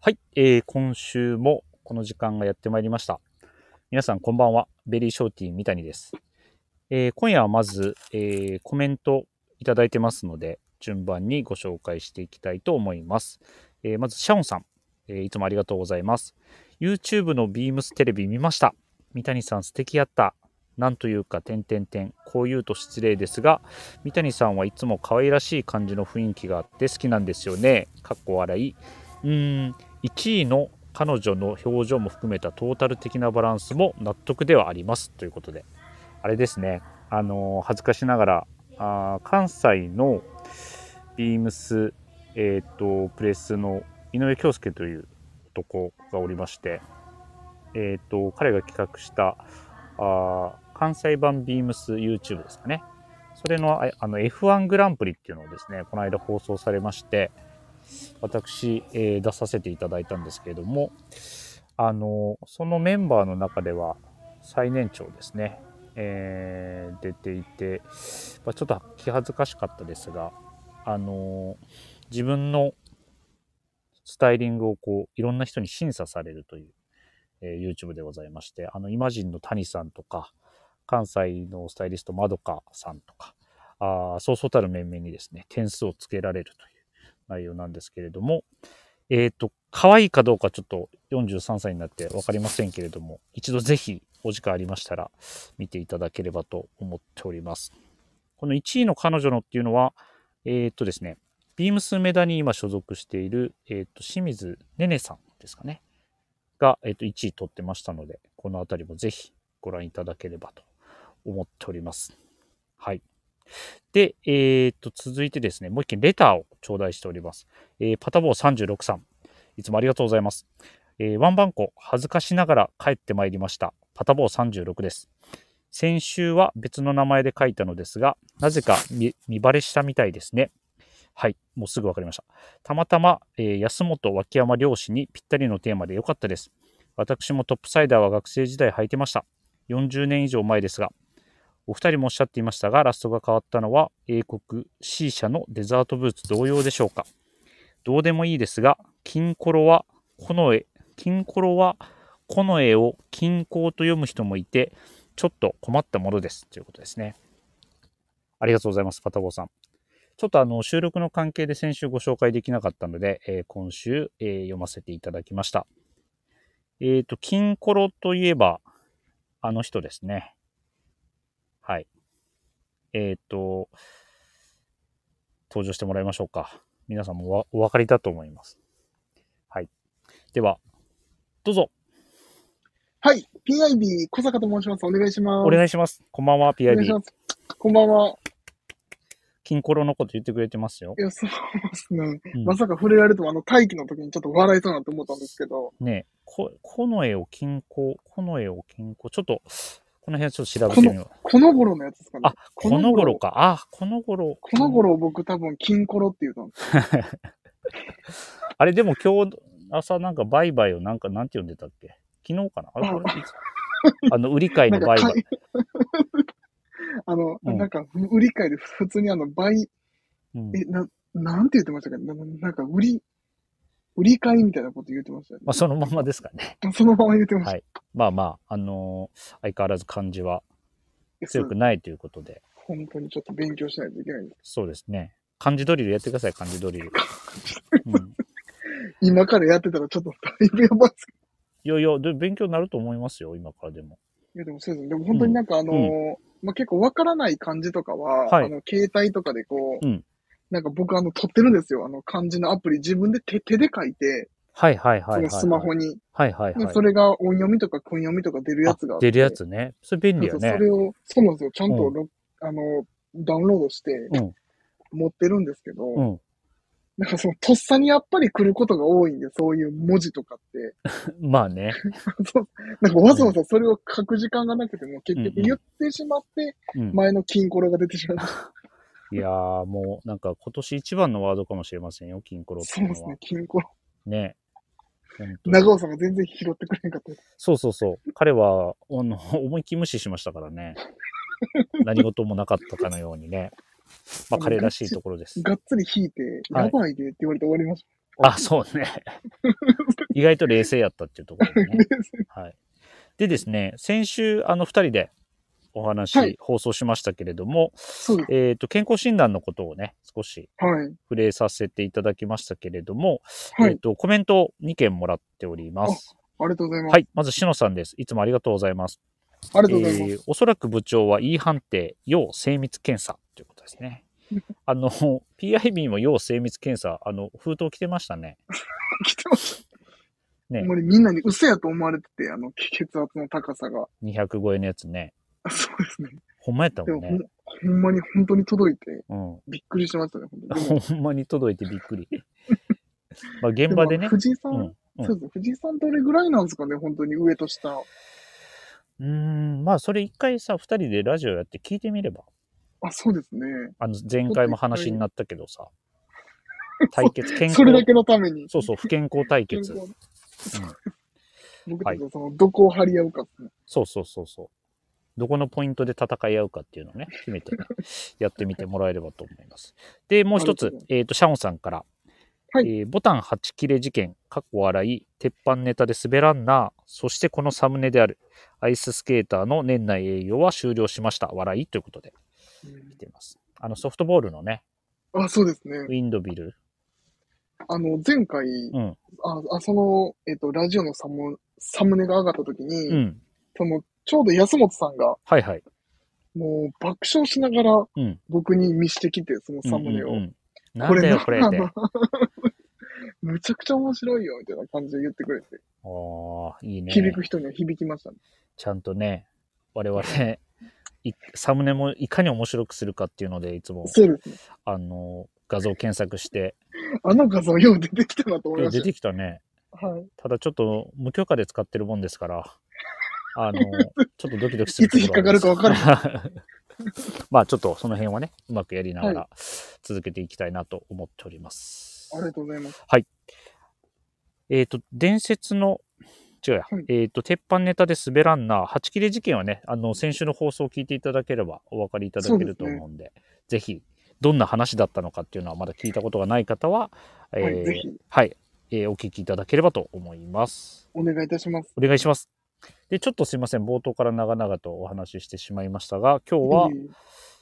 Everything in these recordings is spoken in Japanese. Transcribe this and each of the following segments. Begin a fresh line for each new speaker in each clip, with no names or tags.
はい、えー今週もこの時間がやってまいりました。皆さんこんばんは、ベリーショーティー三谷です。えー今夜はまず、えーコメントいただいてますので、順番にご紹介していきたいと思います。えーまず、シャオンさん、えーいつもありがとうございます。YouTube のビームステレビ見ました。三谷さん素敵やった。なんというか、点点点。こう言うと失礼ですが、三谷さんはいつも可愛らしい感じの雰囲気があって好きなんですよね。かっこ笑い。うーん、1位の彼女の表情も含めたトータル的なバランスも納得ではありますということであれですねあのー恥ずかしながらあー関西のビームス、えー、とプレスの井上京介という男がおりまして、えー、と彼が企画したあー関西版ビームス YouTube ですかねそれのああの F1 グランプリっていうのをですねこの間放送されまして私、えー出させていただいたんですけれども、あのそのメンバーの中では最年長ですね、えー出ていて、まあ、ちょっと気恥ずかしかったですが、あの自分のスタイリングをこういろんな人に審査されるという、えー YouTube でございまして、あのイマジンの谷さんとか、関西のスタイリスト、まどかさんとか、あーそうそうたる面々にですね、点数をつけられるという。内容なんですけれども、えっ、と、可愛いかどうかちょっと43歳になって分かりませんけれども、一度ぜひお時間ありましたら見ていただければと思っております。この1位の彼女のっていうのは、えっ、とですね、ビームスメダに今所属している、えっ、と、清水ねねさんですかね、が、えっ、と、1位取ってましたので、このあたりもぜひご覧いただければと思っております。はい。で、えーっと、続いてですね、もう一件レターを頂戴しております。えーパタボー36さん、いつもありがとうございます。えーワンバンコ、恥ずかしながら帰ってまいりました。パタボー36です。先週は別の名前で書いたのですが、なぜか見見バレしたみたいですね。はい、もうすぐわかりました。たまたま、えー安本脇山漁師にぴったりのテーマで良かったです。私もトップサイダーは学生時代履いてました。40年以上前ですが、お二人もおっしゃっていましたが、ラストが変わったのは英国 C 社のデザートブーツ同様でしょうか。どうでもいいですが、金コロはこの絵、金コロはこの絵を金行と読む人もいて、ちょっと困ったものですということですね。ありがとうございます、パタゴさん。ちょっとあの収録の関係で先週ご紹介できなかったので、えー今週、えー読ませていただきました。えっ、と、金コロといえば、あの人ですね。はい。えーっ、と、登場してもらいましょうか。皆さんもおお分かりだと思います。はい。では、どうぞ、
はい。PIB 小坂と申します。お願いします。
お願いします。こんばんは、
お願いし
PIB。
ます。こんばんは。
金コロのこと言ってくれてますよ
い。や、そうですね。
うん
まさか触れられても、あの、待機の時にちょっと笑いそうなと思ったんですけど、
ねえ、こ、この絵を金庫、この絵を金庫、ちょっと、この辺はちょっと調べてみよう。
この頃のやつですかね。
あ、この頃か。あ、この頃。
この頃僕多分、金コロって言うと思うんです
あれ、でも今日、朝なんか売買をなんか、なんて呼んでたっけ昨日かなあれ、これい つあの、売り買い
な
の
んか
売買
買い。 あの、
うん
なんか、売り買いで普通にあの、倍、
うん
え、な、なんて言ってましたかね。ななんか、売り、売り買いみたいなこと言ってましたよね
まあ、そのまんまですかね。
そのまま言ってました。
はいまあまあ、あのー相変わらず漢字はい
やそ
強
う
くないということで、
本当にちょっと勉強しないといけないです。
そうですね。漢字ドリルやってください、漢字ドリ ル。うん、
今からやってたらちょっとだいぶやばいです
いやいや、で勉強になると思いますよ、今からでも。
いや、でもそうですね。でも本当になんかあのーまあ、結構わからない漢字とかは、
はい
あの、携帯とかでこう、
うん
なんか僕あの、撮ってるんですよ。あの、漢字のアプリ自分で手手で書いて、
はいはいはいはい、はい。
そのスマホに。
はいはい
で
はい。
それが音読みとか訓読みとか出るやつがあ
あ
って。
出るやつね。それ便利よ
そうそう
ね
そ。れを、そうなんですよ。ちゃんと
うん
ロ、あの、ダウンロードして
うん、
持ってるんですけど、
うん。
なんかその、とっさにやっぱり来ることが多いんで、そういう文字とかって。
まあね。
そうなんかわざわざそれを書く時間がなくても、結
うんう
局
ん
言ってしまって、
うん、
前の金コロが出てしまった。
いやー、もうなんか今年一番のワードかもしれませんよ、金コロって
そ
いうう
で
の
す
は
ね。、金コロ。
ね。本当に
長尾さんが全然拾ってくれなかったです。
そうそうそう。彼は、 あの、思いっきり無視しましたからね。何事もなかったかのようにね。まあ、彼らしいところです。
がっつり引いて、
はい
やばいでって言われて終わりまし
あ、そうね。 意外と冷静やったっていうところでね。はい。でですね、先週、あの、二人でお話、
はい
放送しましたけれども、
そうです。
えっ、と、健康診断のことをね、少し
はい。
触れさせていただきましたけれども、
は
えっ、
い。
と、コメントを2件もらっております。
ありがとうございます。
はい。まず、しのさんです。いつもありがとうございます。
ありがとうございます。
えーおそらく部長は E 判定、要精密検査ということです ね。あの、PIB も要精密検査、あの、封筒来てましたね。
来てました。
ね
ほんまにみんなに嘘やと思われてて、あの、血圧の高さが。
200超えのやつね。
あそうですね。
ほんまやった
で
も
も
ん
ほ
ね
ん。、ほんまに本当に届いて、
うん。
びっくりしましたね、本当に。でも
ほんまに届いてびっく り。まあ現場で
も
ね
あの。藤井さん、
うん。うん
そうです。藤井さんどれぐらいなんですかね、本当に上と下。あ、
うーん。まあそれ一回さ、二人でラジオやって聞いてみれば。
そうですね。
あの、前回も話になったけどさ。対決、健康
そ。れだけのために。
そうそう、不健康対決。
健康な僕たちがその、どこを張り合うかっすね。
そうそうそうそう。どこのポイントで戦い合うかっていうのをね、決めて やってみてもらえればと思います。で、もう一
な
つ
るほ、
えっ、と、シャオンさんから、
はい
えーボタン8切れ事件、過去笑い、鉄板ネタで滑らんな、そしてこのサムネである、アイススケーターの年内営業は終了しました、笑いということで来てます。あの、ソフトボールのね、
あ、そうですね
ウ。ィンドビル、
あの、前回、
うん、
あ、あその、えっ、と、ラジオのサム、サムネが上がった時に、
うん、
その、ちょうど安本さんが、
はいはい、
もう爆笑しながら
うん、
僕に見してきて、そのサムネを。
うんうんうんなんだよ、これ
な
っ
ん
て
な。の むちゃくちゃ面白いよ、みたいな感じで言ってくれて、
おー、いいね。
響く人には響きましたね。
ちゃんとね、我々、いサムネもいかに面白くするかっていうので、いつも、
そうですね。
あの、画像検索して、
あの画像よう出てきたなと思い
え
まし
出
た。
てきたね。
はい。
ただちょっと無許可で使ってるもんですから、あ の、ちょっとドキドキす
い
る
つ引っかかるか分からない。
らない。 まあちょっとその辺はね、うまくやりなが
は
ら続けていきたいなと思っております。
ありがとうございます。
えっ、と、伝説の、違うや、
はい
えっ、と、鉄板ネタで滑らんな、八切れ事件はね、あの、先週の放送を聞いていただければお分かりいただけると思うんで、ぜひ、どんな話だったのかっていうのはまだ聞いたことがない方は、えー
はいぜひ
はいえーお聞きいただければと思います。
お願いいたします。
お願いします。で、ちょっとすいません、冒頭から長々とお話ししてしまいましたが、今日はい
えいえ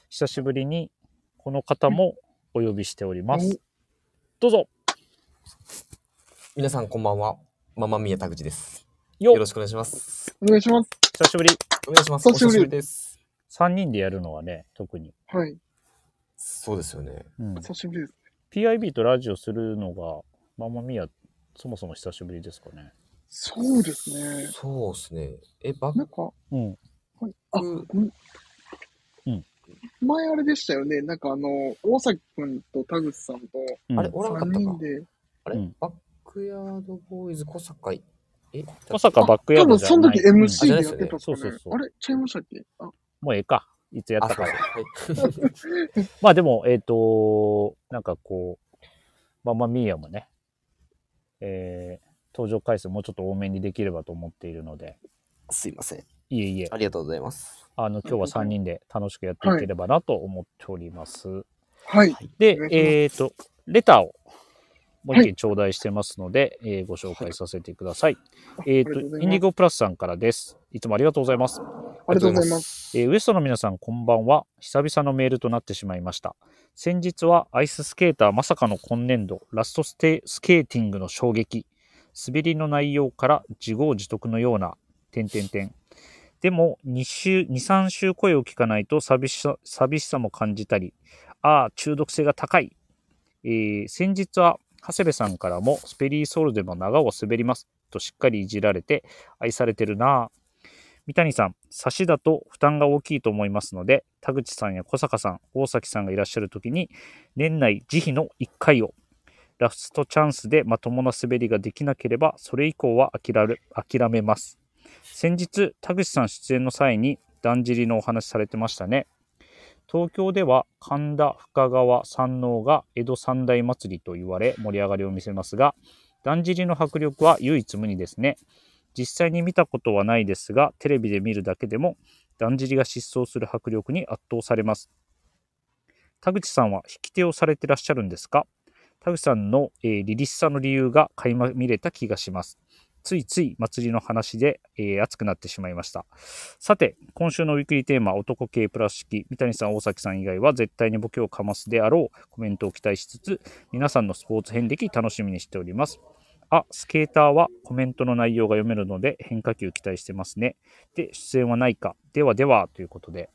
久しぶりにこの方もお呼びしておりま
は
す
い。
どうぞ
皆さんこんばんは。ママミヤ田口です。
よ
よろしくお願いします。
お願いします。
久しぶり
お願いします。お
久しぶり
久しぶりです。
!3 人でやるのはね、特に。
はい。
そうですよね。
うん
久しぶりです。
PIB とラジオするのが、ママミヤ、そもそも久しぶりですかね。
そうですね。
そうですね。え、バ
なん
ッ
か、
うん。
あ、
ク、
前あれでしたよね。なんかあの、大崎くんと田口さんと
あれ、おらんか
3
った
人
か。
で、
あれ、
うん
バックヤードボーイズ小坂井。え、
小坂バックヤ
多
ード
分
じ
そ
ゃな
の
い。
時
うん
MC
あ
で
じ
や
ゃ
っ
ない
て
っす
た
よ
っすか
ね
そう
ね
そう。そう
あれちゃいましたっけあ、
もうええか。いつやっ
あ、
た
そう
か
で
ら。
すね。はい。
まあでも、えっ、と、なんかこう、ママミヤもね、えー、登場回数もうちょっと多めにできればと思っているので、
すいません。
いえいえ、
ありがとうございます。
あの、今日は3人で楽しくやっていければなと思っております。
はい。
で
お願い、し
えっ、
ます
と、レターをもう一件頂戴してますので、えーご紹介させてください。えっ、
ありがと
と、
うございます
インディゴプラスさんからです。いつもありがとうございます。
ありがとうございます。
す。。
えーウエストの皆さん、こんばんは。久々のメールとなってしまいました。先日はアイススケーターまさかの今年度、ラストステスケーティングの衝撃。滑りの内容から自業自得のような、点点点。でも、2週、2、3週声を聞かないと寂しさ、寂しさも感じたり、ああ、中毒性が高い。えー先日は、長谷部さんからも、スペリーソールでも長を滑ります。としっかりいじられて、愛されてるなぁ。三谷さん、差しだと負担が大きいと思いますので、田口さんや小坂さん、大崎さんがいらっしゃるときに、年内慈悲の1回を、ラストチャンスでまともな滑りができなければ、それ以降は諦め諦めます。先日、田口さん出演の際に、だんじりのお話されてましたね。東京では神田、深川、山王が江戸三大祭りと言われ盛り上がりを見せますが、だんじりの迫力は唯一無二ですね。実際に見たことはないですが、テレビで見るだけでも、だんじりが疾走する迫力に圧倒されます。田口さんは引き手をされてらっしゃるんですか田口さんの、えー、リリッサの理由が垣間見れた気がします。ついつい祭りの話で、えー熱くなってしまいました。さて、今週のウィークリーテーマ、男系プラス式、三谷さん、大崎さん以外は絶対にボケをかますであろうコメントを期待しつつ、皆さんのスポーツ遍歴楽しみにしております。あ、スケーターはコメントの内容が読めるので変化球期待してますね。で、出演はないか。ではでは、ということで。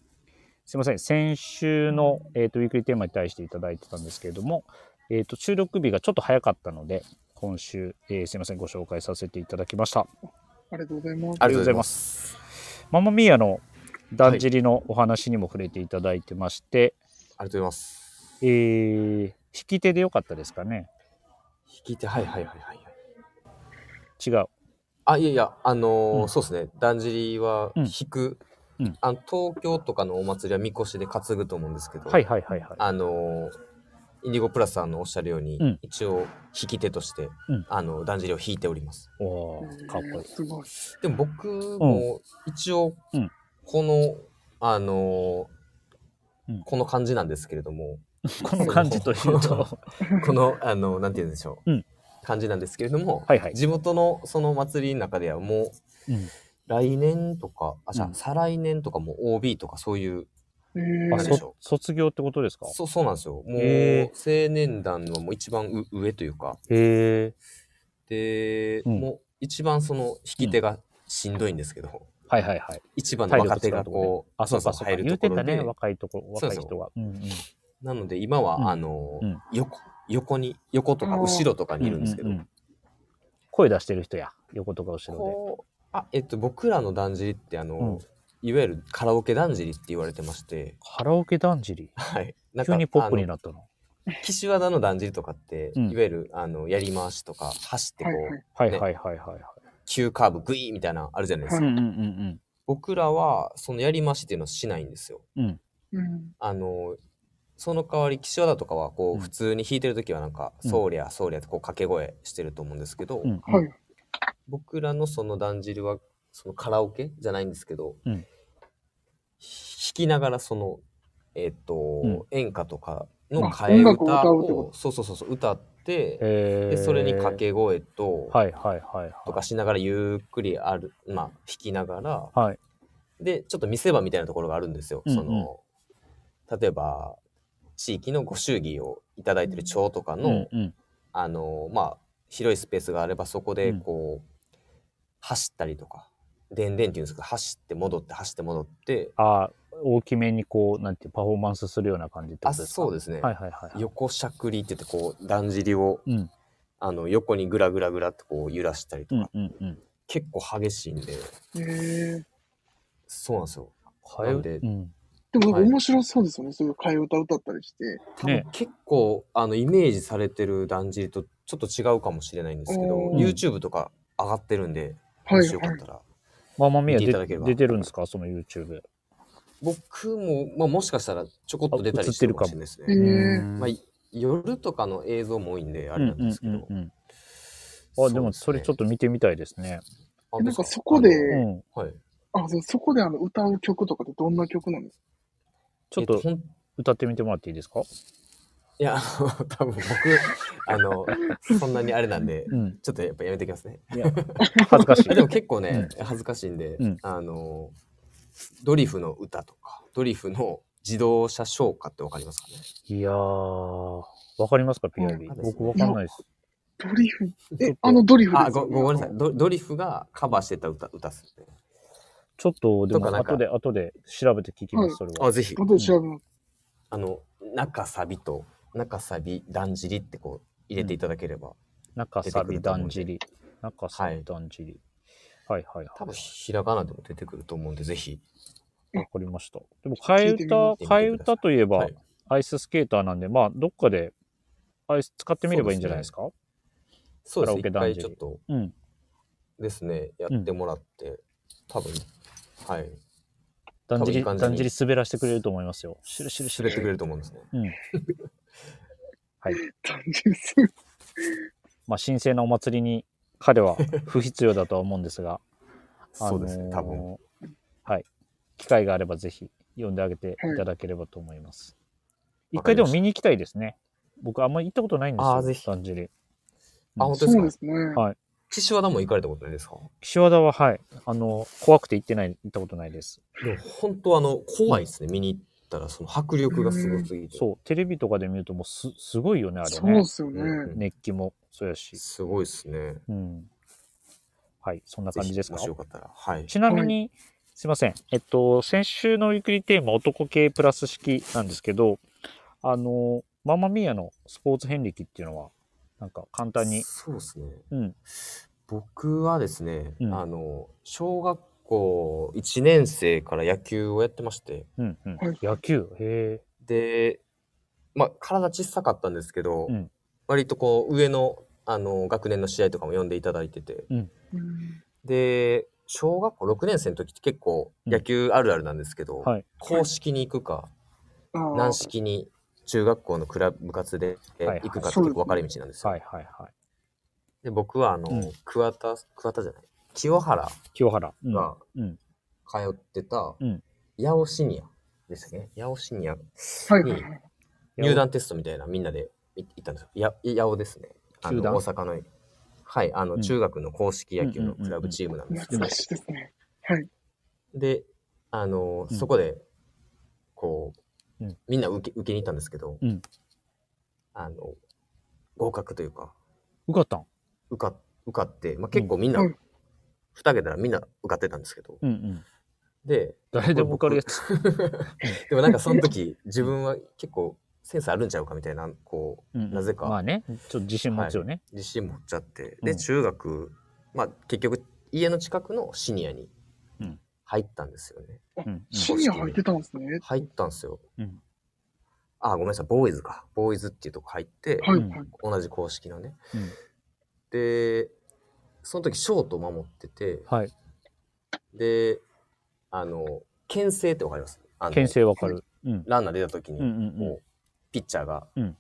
すいません。先週の、えー、とウィークリーテーマに対していただいてたんですけれども、えー、と収録日がちょっと早かったので、今週、えーすいません、ご紹介させていただきました。
ありがとうございます。
ありがとうございますママミーヤのだんじりのお話にも触れていただいてまして、
ありがとうございます。
えー引き手でよかったですかね
引き手、はいはいはいはいはい。
違う。
あ、いやいや、あのー
うん
そうですね。だんじりは
うん
引く、
うん
あの東京とかのお祭りはみこしで担ぐと思うんですけど、
はいはいはいはい。
あのーインディゴプラスさんのおっしゃるように、
うん
一応引き手として、
うん
あのだんじりを引いております。
おーかっこいい。
すごい。
でも僕も一応、
うん
このあのー
うん
この感じなんですけれども、
この感じというと。
このあのなんて言うんでしょう、
うん
感じなんですけれども、
はいはい。
地元のその祭りの中ではも
う
う
ん
来年とか、あ、じゃ
うん
あ、再来年とかも OB とかそういう、
え
あ
ー、
でしょ
そ卒業ってことですか
そうそうなんですよ。もう
へ、
青年団のもう一番う上というか、
へえ。
で、
うん
もう一番その引き手がしんどいんですけど、
はいはいはい。
一番の若手がこう、
あ、そうかそうか。
入
言
る
う
と
て
こ
た
ろ
ね、
で、
若いとこ、若
そう
い
そう
人は。うんうん
なので今は、
うん
あの、
うん
横、横に、横とか
あー
後ろとかにいるんですけど、
ううう声出してる人や、横とか後ろ
こう、あ、えっと、僕らのだんじりって、あの、
うん
いわゆるカラオケだんじりって言われてまして
で。、カラオケだんじり。
はい。なんか
急にポップ
あの
になったの。
岸和田のだんじりとかって、
うん
いわゆるあのやり回しとか走ってこう、
はいはい
はい
ね
はいはいはいはい。
急カーブグイーンみたいなのあるじゃないですか、
うんうんうん
僕らはそのやり回しっていうのはしないんですよ
うん。うん。
うん。
あのその代わり岸和田とかはこ
うん
う普通に弾いてる時はなんか「
うん
そうりゃそうりゃ」ってこう掛け声してると思うんですけど、
うんうん。
はい。
僕らのそのだんじりはそのカラオケじゃないんですけど、
うん
弾きながらそのえっ、と、
うん
演歌とかの
あ
替え
音楽を歌
歌
うってこ
をそうそうそうそう歌って、
え
でそれに掛。け声と、
はいはいはい
と
は
かしながらゆっくりある、まあ、弾きながら、
はい
でちょっと見せ場みたいなところがあるんですよ。
うんうん
その例えば地域のご祝儀をいただいてる町とか
い。
の,、
うんうん
あのまあ、広いスペースがあればそこで
うん
こう、走ったりとかでんでんっていうんですけど走って戻って走って戻って
あー大きめにこう、なんていうパフォーマンスするような感じってこ
あ
とですか
そうですね、
はいはいはい。
横しゃくりって言ってこうだんじりを、
うん
あの横にグラグラグラってこう揺らしたりと
う
か、
んうんうん。
結構激しいんで
えー、
そうなんですよ。
替え
なんで
うん。
でもなん
はい
か面白そうですよね。そういう替え歌歌ったりして。
多分
ね
結構、あのイメージされてるだんじりとちょっと違うかもしれないんですけど、
うん
YouTube とか上がってるんで、
はい
もしよか
は
っ
い
た。ら、
ママミヤ
見ていただ
出
ければ
出てるんですかその YouTube。
僕も、まあ、もしかしたらちょこっと出たりしてるかもしれないです
え
ね。
ー
うん
まあ、い夜とかの映像も多いんであれなんですけど、
うんうんうんうん、あでもそれちょっ
っ
と見てみたいですね。
と
なんかそこで、
うん、
はい、
あそうそこであの歌う曲とかってどんな曲なんですか
ちょっ
え
と
ほんい
歌ってみてもらっていいですか、
やあの多分僕あのそんなにあれなんで
うん、
ちょっとやっぱやめてきますね
いや恥ずかしい
あ。でも結構ね、恥ずかしいんで、
うん
あのドリフの歌とかドリフの自動車消化ってわかりますかね
いやー、わかりますか ?PIB
うん。
僕わかんないです。
ドリフ。
ちょっ
え
と、
あのドリフですよね、
あごごめんなさいドドリフがカバーしてた歌歌っすね
ちょっと、で
とか
も
なんか
後で、後で調べて聞きます、それは。
あぜひ
後で調べます。
あの中サビと中サビだんじりってこう入れていただければ、
中サビだんじり。中サ
は
ビ
い
だんじり。はいはいはい。
多分ひらがなでも出てくると思うんでぜひ
わかりました。でも、替え
聞いてみ
歌
ま、
す
替え歌といえば、
はい
アイススケーターなんで、まあ、どっかでアイス使ってみればいいんじゃないですか
そうですね
カラオケ
一
だん
回
じ
ち
り
ょっと
うん。
ですねやってもらって、多分はい
だんじり、
多分いい感じ
だ
に
んじり滑らしてくれると思いますよ。シュルシュルシ
知
ュル
れてくれると思うんですね
単純すぎる
まあ、神聖なお祭りに彼は不必要だとは思うんですが、
そうですね多分
分。はい。機会があればぜひ読んであげていただければと思います。
い
一回でも見に行きたいですね。僕あんまり行ったことないんですよ。
あーぜひ
だんじり。
あ、本当です
そう
か
ですね。
はい
岸和田も行かれたことないですか
岸和田は、はい。あの、怖くて行ってない、行ったことないです。
でも本当あの、怖いですね。見に行ったら、その迫力がすごすぎて。
そう、テレビとかで見るともうす、すごいよね、あれ
そう
ね
で。すよね。
うん
熱気もそうやし。
すごいですね。
うん。はい、そんな感じですか
ぜひもしよかったら。はい。
ちなみに、すいません。えっと、先週のウィークリーテーマ、男系プラス式なんですけど、あの、ママミーアのスポーツ遍歴っていうのは、なんか簡単に。
そうですね。
うん。
僕はですね、
うん
あの、小学校1年生から野球をやってまして、
うん、うん
はい。
野球。へえ。
で、まあ、体小さかったんですけど、
うん
割とこう、上の、あの、学年の試合とかも読んでいただいてて、
うん
で、小学校6年生の時って結構
うん
野球あるあるなんですけど、
はい。
公式に行くか、
あー
軟式に中学校のクラブ部活で
はい
行くかって結構分かれ道なんですよ。
はい、はい、はい。
で僕はあの、
うん
桑田、桑田じゃない、清原
清原。うん。
が
うん。
通ってた
うん、
八尾シニアでしたっけね。八尾シニア。
はいはいはい。
入団テストみたいなみんなで行ったんですよ。や八尾ですね。あ
球
の
団
大阪の、はい、あ
う
の
ん
中学の公式野球のクラブチームなんですけど
懐、かしいですね。はい。
で、あの
うん
そこで、こう、
うん
みんな受け受けに行ったんですけど、
うん
あの合格というか、
受かったん
受か受かって、まあ、結構みんな、
う
二
ん
桁らみんな受かってたんですけど、
うんうん。
で、
誰でも受かるやつ。
でもなんかその時、自分は結構センスあるんちゃうかみたいな、こう、
うん
なぜか、
まあね、ちょっと自信持つよね。
自信持っちゃって、
う
で
ん
中学まあ結局家の近くのシニアに
うん
入ったんですよね、
うんうん
シニア入ってたんですね。
入ったんですよ
うん。
あごめんなさいボーイズかボーイズっていうとこ入って、
はい
うん
はい。
同じ公式のね
うん
でその時ショートを守ってて
はい。
であの牽制ってわかりますあの
牽制わかる。うん。
ランナー出た時に、
うんうんうん
もうピッチャーが、
うん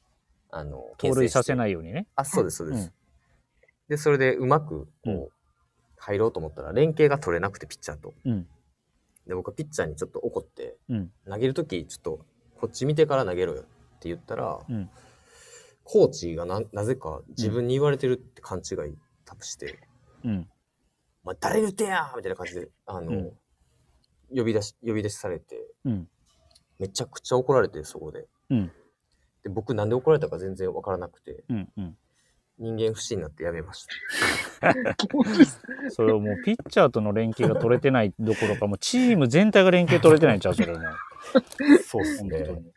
あの
盗塁させ
い
ないようにね。
あそうですそうです、
うん
でそれでうまくこう、
うん
入ろうと思ったら連携が取れなくてピッチャーと
うん。
で僕はピッチャーにちょっと怒って
うん。
投げる時ちょっとこっち見てから投げろよって言ったら、
うん
コーチがななぜか自分に言われてるって勘違い多分して
うん。
「お前誰言ってんや!」みたいな感じであの、
うん
呼び出し呼び出しされて
うん。
めちゃくちゃ怒られてそこで,、
うん
で僕なんで怒られたか全然わからなくて
うん。うん。
人間不信になってやめました
そうです
それをもうピッチャーとの連携が取れてないどころか、もうチーム全体が連携取れてないんちゃうそれもう。
そうです
本
ね
当に。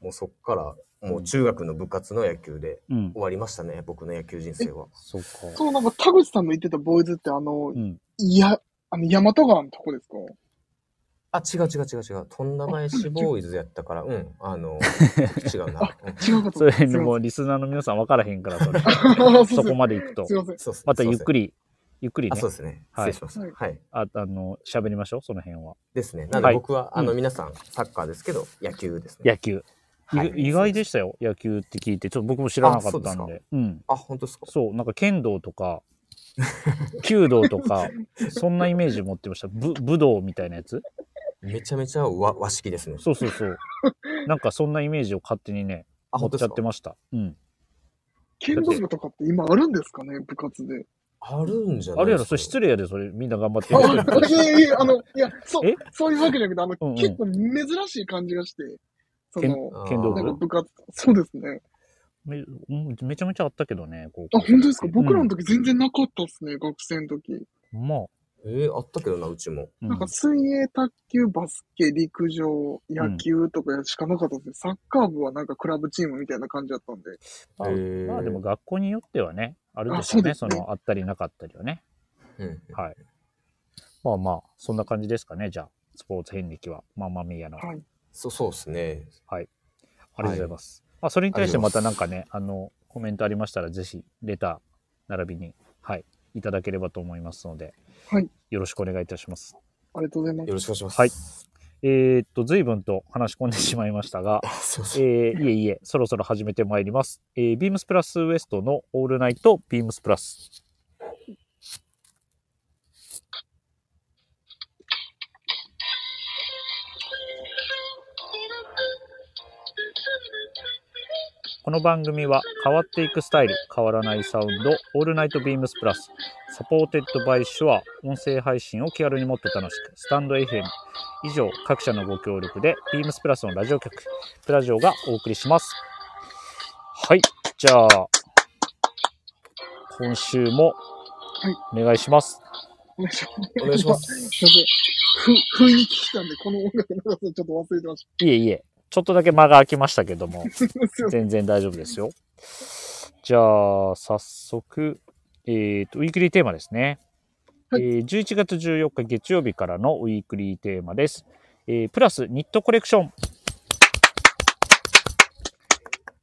もうそっからもう中学の部活の野球で
うん。
終わりましたね僕の野球人生は
そうか。
そう、なんか田口さんの言ってたボーイズって、あの
う、ん。
いや、あの、大和川のとこですか
あ違う違う違う違うとんだ返しボーイズやったからうんあの 違うな、うん
違うかと
そ
思っ
れ
た。
もう リスナーの皆さん分からへんから、そ れ。
う
そこまで行くと
す。いません。
そうっすね
またゆっく
り
り、ゆっくり
あ
ね
そ、うですね
はい
失礼しましたはい
ああの、喋りましょう、その辺は。
ですねなの
はい
で僕はあ
う
の
ん
皆さんサッカーですけど野球ですね
野球。
はい
い意外でしたよ、野球って聞いて。ちょっと僕も知らなかったん
あそ
で。
うです
うん。
あ本当ですか
そう、なんか剣道とか、弓道とか、 そんなイメージ持ってました。ぶ武道みたいなやつ
めちゃめちゃ和和式ですね
そうそう そう。なんかそんなイメージを勝手にね、
あ
持っ
本当
ち
で
ゃ
す
っ
か
てました。うん。
剣道部とかって今あるんですかね部活で。
あるんじゃない
あるやろ、それ失礼やで、それ。みんな頑張ってる人いる
あ、いやいや、あの、いや、そう
え、
そういうわけじゃなくて、あの、
うんうん
結構珍しい感じがして、その、
剣道部
なんか
部
部活、そうですね。
めうんめちゃめちゃあったけどね、こう
あ、本当ですか
うん
僕らの時全然なかったですね、学生の時。
まあ、
えーあったけどなうちも
う
なんか
ん、
水泳、卓球、バスケ、陸上、野球とかしかなかったですね。サッカー部はなんかクラブチームみたいな感じだったんで。
まあ
へー
まあでも学校によってはね、あるで
あ
しょ
そうう
ね、
です
そ
ね
のあったりなかったりはね。
うん
はい。まあまあ、そんな感じですかね、じゃあ、スポーツ遍歴は、まあまあみやの。
はい。
そうそうですね
ありがとうございます。まあ、それに対してまたなんかね、あの、コメントありましたら、ぜひ、レター、並びに、はい、いただければと思いますので、
はい
よろしくお願いいたします。
ありがとうございます
よ。ろしくお願いします
はい えーっと、随分と話し込んでしまいましたが、
あすいません
えーいえいえ、そろそろ始めてまいります。えー、ビームスプラスウエストのオールナイトビームスプラス。ここの番組は変わっていくスタイル、変わらないサウンド、オールナイトビームスプラス、サポーテッドバイシュア、音声配信を気軽にもっと楽しく、スタンド FM 以上各社のご協力で、ビームスプラスのラジオ局、プラジオがお送りします。はい、じゃあ、今週もお願いします。
お願いします。
お願いします。
すいませんふ雰囲気来たんで、この音楽の長さちょっと忘れてまし
いえいえ、ちょっとだけ間が空きましたけども、
た。すいません。
全然大丈夫ですよ。じゃあ、早速、えっ、と、ウィークリーテーマですね。
はい
えー11月14日月曜日からのウィークリーテーマです。えープラスニットコレクション。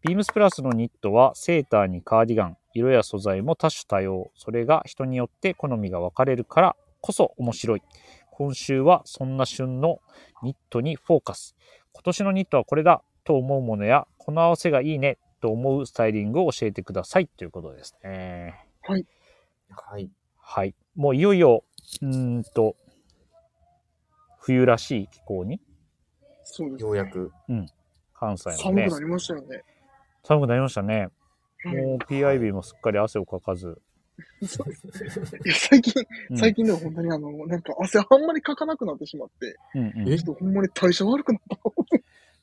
ビームスプラスのニットはセーターにカーディガン、色や素材も多種多様。それが人によって好みが分かれるからこそ面白い。今週はそんな旬のニットにフォーカス。今年のニットはこれだと思うものや、この合わせがいいねと思うスタイリングを教えてくださいということですね。
はい。
はい。もういよいよ、うーんと、冬らしい気候に、
そうです。
よう やく。
関西は
寒
ね
く、なりましたよね。
寒くなりましたね。
はい
もう PIB もすっかり汗をかかず。
いや最近、
うん
最近では本当にあの、なんか汗あんまりかかなくなってしまって、
うんうん
え
ちょっとほんまに代謝悪くなった。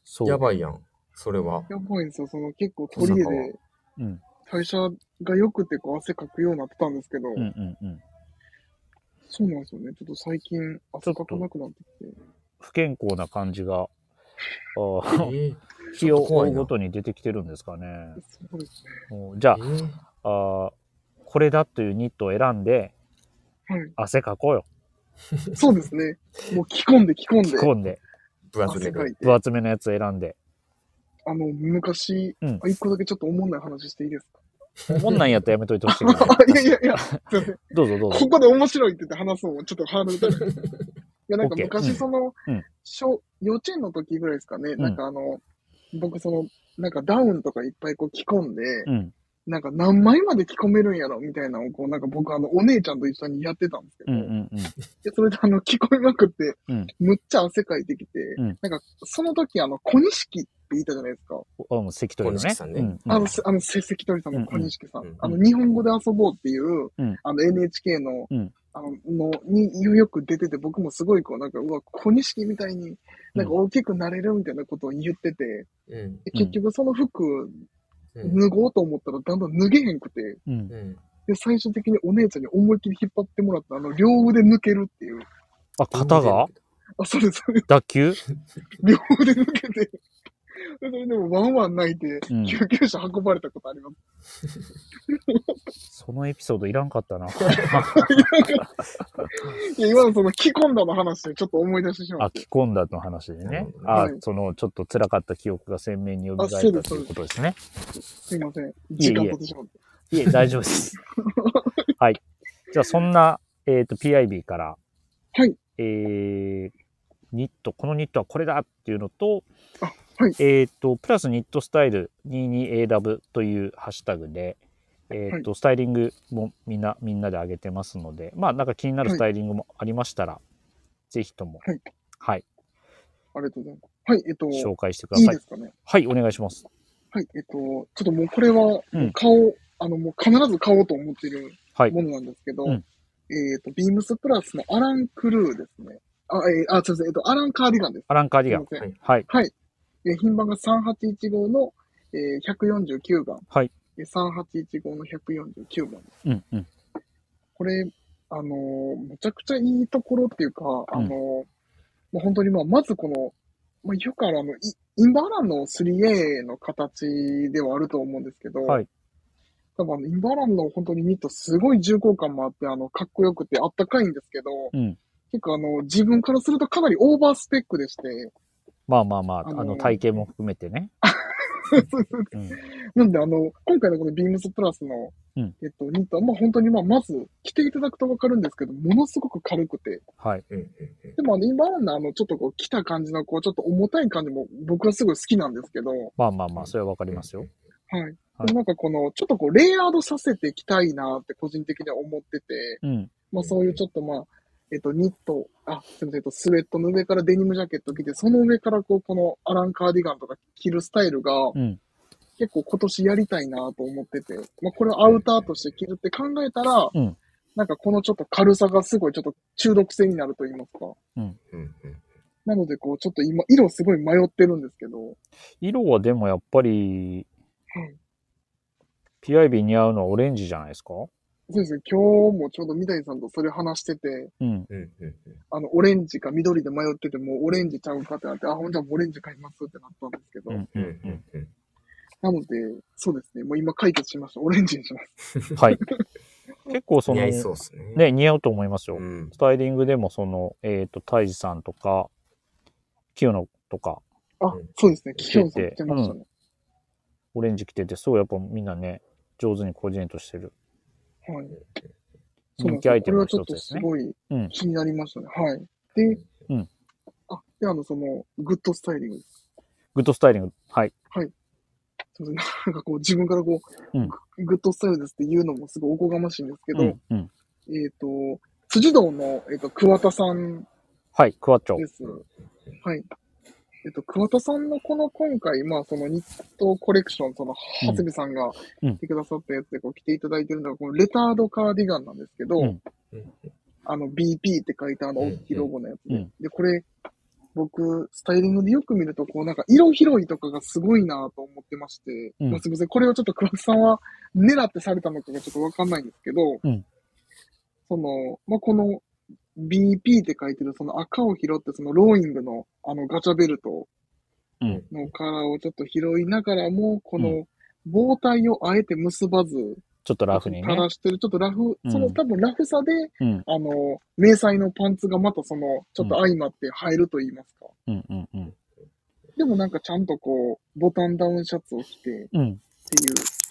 そう。
やばいやん。それは。
やばいんですよ。その結構取り入れで
うん
代謝が良くてこう汗かくようになってたんですけど、
うんうんうん。
そうなんですよね。ちょっと最近汗かかなくなってきて。
不健康な感じが、あ
え
ー
ー
日を追
怖いうな
ごとに出てきてるんですかね。
そうですね。
もうじゃ
えー
ああー、これだというニットを選んで、
はい。
汗かこうよ。
そうですね。もう着込んで着込ん
着
で。
込んで。
分厚め
汗か
で。
いて。
分厚めのやつ選んで。
あの、昔、
うん
あ一個だけちょっと思んない話していいですか
こんなんやったらやめといてほしいけど
あいやいやいや、すいません。
どうぞどうぞ
こ。こで面白いって言って話そう。ちょっとハー ドル高い。いや、なんか
OK う
昔
ん
その、
うん
小、幼稚園の時ぐらいですかね。
ん
なんかあの、僕その、なんかダウンとかいっぱいこう着込んで、
うん。
なんか何枚まで着込めるんやろみたいなのをこう、なんか僕あの、お姉ちゃんと一緒にやってたんですけ
う
ど、
んうんうん。
でそれであの、着込みまくって、
うん
むっちゃ汗かいてきて、
うん
なんかその時あの、小錦って言ったじゃないですか。
あもう関取の
小
ね
西さんね
うんうん
あの、せあの、せ関取さん
うんうん
の小西さん。
うん
あの、日本語で遊ぼうっていう、
うん
あの、NHK の、
うん
あの、のによく出てて、僕もすごいこう、なんか、うわ、小西みたいに、なんか大きくなれるみたいなことを言ってて、
うん。
で結局その服、
うん
脱ごうと思ったらだんだん脱げへんくて、
うん
うん。
で、最終的にお姉ちゃんに思いっきり引っ張ってもらった、あの、両腕抜けるっていう。
あ、肩が
あ、そうです、そうです。
脱臼
両腕抜けて。それでもワンワン泣いて、
うん
救急車運ばれたことあります。
そのエピソードいらんかったな。
いや、今のその、着込んだの話でちょっと思い出してしま
あ、
って
着。込んだの話で
なる
ね
ほど。ね
あ
はい、
その、ちょっと辛かった記憶が鮮明に蘇った
あ
と
そう
い
です
うことですね。
すいません。
えいえ
時間経ってしまって。
いえ、大丈夫 です。はい。じゃあ、そんな、えっと、PIB から、
はい。
えー、ニット、このニットはこれだっていうのと、
あはい
えっと、プラスニットスタイル 22AW というハッシュタグで、えっと、スタイリングもみんな、みんなで上げてますので、まあ、なんか気になるスタイリングもありましたら、ぜひとも、
はい
はい、
ありがとうございます。はい、えっと、
紹介してくだ
いい
さい。
ですかね。
はい、お願いします。
はい、えっと、ちょっともうこれは
うん、
顔、あの、もう必ず買おうと思ってる
はい
ものなんですけど、
うん
えっと、ビームスプラスのアラン・クルーですね。あ、えーあ、すいません、えっと、アラン・カーディガンです。
アラン・カーデ
す
ィ
い
ガ
ま
ン。
せん。
はい。
はい。えー品番が381号の、えー、149番。
はい
えー。381号の149番。
うん、うん。
これ、あのーめちゃくちゃいいところっていうか、あのーもう本当に、まあ、まずこの、まあ、よくあるあの、イインバーランの 3A の形ではあると思うんですけど、
はい。
多分あのインバーランの本当にニットすごい重厚感もあって、あの、かっこよくてあったかいんですけど、
うん。
結構あの、自分からするとかなりオーバースペックでして、
まあまあまあ、
あのー
あの、体型も含めてね。うん。
なんで、あの、今回のこのビームスプラスの、
うん
えっと、ニットは、まあ本当に、まあまず着ていただくとわかるんですけど、ものすごく軽くて、
はい。
うんうん
でもあの、今あるのは、あの、ちょっとこう、着た感じの、こう、ちょっと重たい感じも僕はすごい好きなんですけど、は
まあまあまあ、それはわかりますよ。
い。
はい
でもなんかこの、ちょっとこう、レイヤードさせてきたいなって個人的には思ってて、
うん。
まあそういうちょっとまあ、えっと、ニット、あ、すみません、えっと、スウェットの上からデニムジャケット着て、その上からこう、このアランカーディガンとか着るスタイルが、
うん。
結構今年やりたいなと思ってて、まあ、これをアウターとして着るって考えたら、
うん
なんかこのちょっと軽さがすごいちょっと中毒性になると言いますか。
うんうん。
なので、こう、ちょっと今、色すごい迷ってるんですけど、
色はでもやっぱり
はい、
PIB 似合うのはオレンジじゃないですか
そうですね、今日もちょうど三谷さんとそれ話してて、
うん。
うんうんうん。
あの、オレンジか緑で迷ってて、もうオレンジちゃうかってなって、あ、ほんじゃあオレンジ買いますってなったんですけど、
うん
う
うんん
うん
なので、そうですね、もう今解決しました。オレンジにします。
うん。 はい。結構
うん。
そ
似
の、
合いそうですね。
ね、似合うと思いますよ。
うん。
スタイリングでもその、えっ、と、タイジさんとか、清野とか、
あ、
うん
そうですね、
着てて
キキョンさん着てましたね。
オレンジ着てて、すごいやっぱみんなね、上手にコーディネートしてる。
はい。そ
人
うなんです
気ア
よ
イ
こ
テ
れ
ムの
はちょ
一
っ
つ
と
ですすね。
ごい
うん
気になりましたね。はい。で、
うん
あ、で、あの、その、グッドスタイリングです。
グッドスタイリング。はい。
すいません なんかこう、自分からこう、
うん
ググッドスタイルですって言うのもすごいおこがましいんですけど、
うん。うん。
えっ、と、辻堂の、えっ、と、桑田さん
はい、クワッチョ
で。す。はい。えっ、と、桑田さんのこの今回、まあ、そのニットコレクション、その、
うん
長谷部さんが
うん
着てくださったやつでこう着ていただいてるのが、このレタードカーディガンなんですけど、
うん
あの、BP って書いたあの、大きいロゴのやつで。
うん
で、これ、僕、スタイリングでよく見ると、こう、なんか、色拾いとかがすごいなと思ってまして、
うん
まあすみません、これをちょっと桑田さんは狙ってされたのかがちょっとわかんないんですけど、
うん
その、まあ、この BP って書いてる、その赤を拾って、そのローイングのあのガチャベルト
うん
のカラーをちょっと拾いながらも、こ
う
の棒体をあえて結ばず、
ちょっとラフに
垂
ね。
らしてる、ちょっとラフ、
うん
その多分ラフさで、
うん。
あの、迷彩のパンツがまたその、ちょっと相まって入ると言いますか。
うんうんうん。
でもなんかちゃんとこう、ボタンダウンシャツを着てっていう、
うん
ち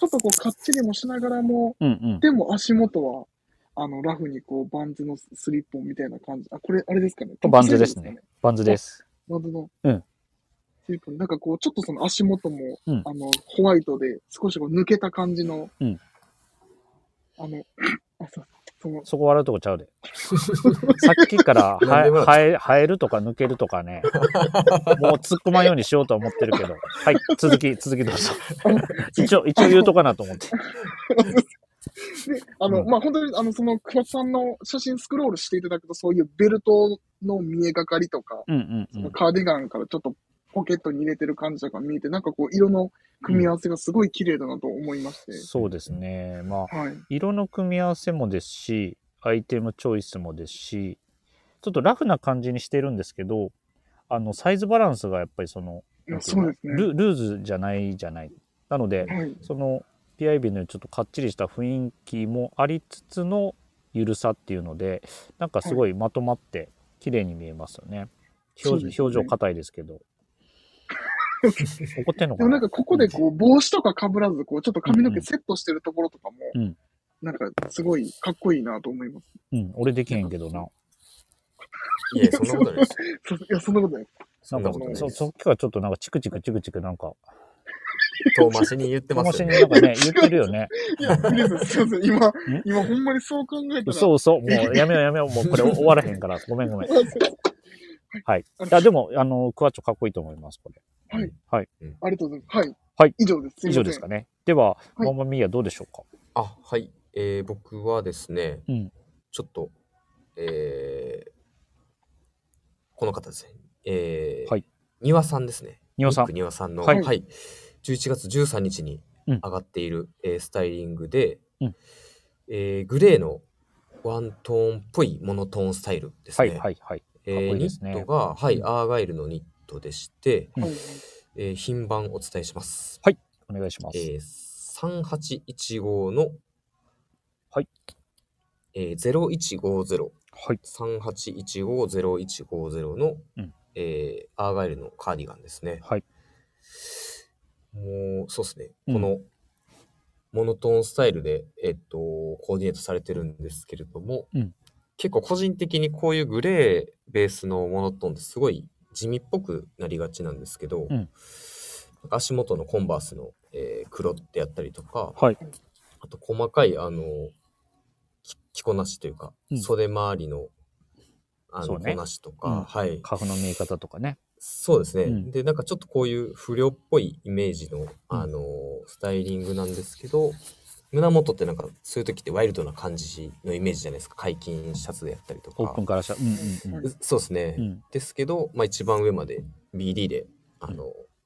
ょっとこう、かっちりもしながらも、
うんうん。
でも足元は、あの、ラフにこう、バンズのスリッポンみたいな感じ。あ、これ、あれですかね。
バンズですね。バンズです。
バンズの。
うん
スリッポン。なんかこう、ちょっとその足元も、
うん
あの、ホワイトで、少しこう、抜けた感じの、
うん
あの、 あ、そう、その、
そこ笑うとこちゃうで。さっきから
なん
は
で
え、
笑
はえ、生えるとか抜けるとかね。もう突っ込まんようにしようとは思ってるけど。はい、続き、続きどうぞ。一応、一応言うとかなと思って。
で、あの、
うん
まあ、本当に、あの、その、桑田さんの写真スクロールしていただくと、そういうベルトの見えがかりとか、
うんうんうん。
カーディガンからちょっとポケットに入れてる感じとか見えて、なんかこう、色の組み合わせがすごい綺麗だなと思いまして。
そうですね。まあ、
はい。
色の組み合わせもですし、アイテムチョイスもですし、ちょっとラフな感じにしてるんですけど、あの、サイズバランスがやっぱりその、
いやそうですね。
ルルーズじゃないじゃない。なので、
はい。
その PIB のちょっとかっちりした雰囲気もありつつのゆるさっていうのでなんかすごいまとまって綺麗に見えますよね。
そう
表
です
情
ね
表情硬いですけど。怒ってんの
で
か
も
な
なんかここでこう、帽子とか被らず、こう、ちょっと髪の毛セットしてるところとかも、
うん
なんかすごいかっこいいなと思います。
うん、俺できへんけどな。
いや、そんなことないです。
そいや、そんなこと ない。
な
そ
ん
ん
か
な
そ
ことない
そ
です。
っきからちょっとなんかチクチクチクチクなんか、
遠回しに言って
か
ま
も
す
し
よ
に
ね。
なんかね、言ってるよね。
いいですすいません。今、今ほんまにそう考えたら。
嘘嘘、もうやめようやめよう、もうこれ終わらへんから、ごめんごめん。いはいや、でも、あの、クワッチョかっこいいと思います、これ。
ありがとうございます。はい。
はい
以上です。す
以
いません
上ですかね。では、
はい
マンマミーヤどうでしょうか
あ、はい。えー、僕はですね、
うん
ちょっと、えー、この方ですね。えー、
はい。
庭さんですね。
ニオさん
ニック。庭さんの、
は
はいい、11月13日に
うん
上がっている、えースタイリングで、
うん
えーグレーのワントーンっぽいモノトーンスタイルです
は
ね。
いはいはい。
え
かっこい
ー
いで
ニ
すね
ットが、はい、
うん
アーガイルのニットでして、
うん
はい
えー品番お伝えします。
お願いします。
えー、3815の、
はい。
えー、
はい。
0150-3815-0150の、
うん
えーアーガイルのカーディガンですね。
はい。
もう、そうですね。
うん
この、モノトーンスタイルで、えっと、コーディネートされてるんですけれども、
うん
結構個人的にこういうグレーベースのモノトーンってすごい地味っぽくなりがちなんですけど、
うん
なんか足元のコンバースの、えー黒ってやったりとか、
はい。
あと細かい、あの、き着こなしというか、
うん
袖周りの、あ
そ
の、
うね
こなしと
うん
か、はい。
花粉の見え方とかね。
そうですね、
うん
で、なんかちょっとこういう不良っぽいイメージの、あのースタイリングなんですけど、胸元ってなんかそういう時ってワイルドな感じのイメージじゃないですか。解禁シャツでやったりと
オープン
か。
からした。うんうん
そうですね、
うん。うん
ですけど、まあ、一番上まで BD で、あの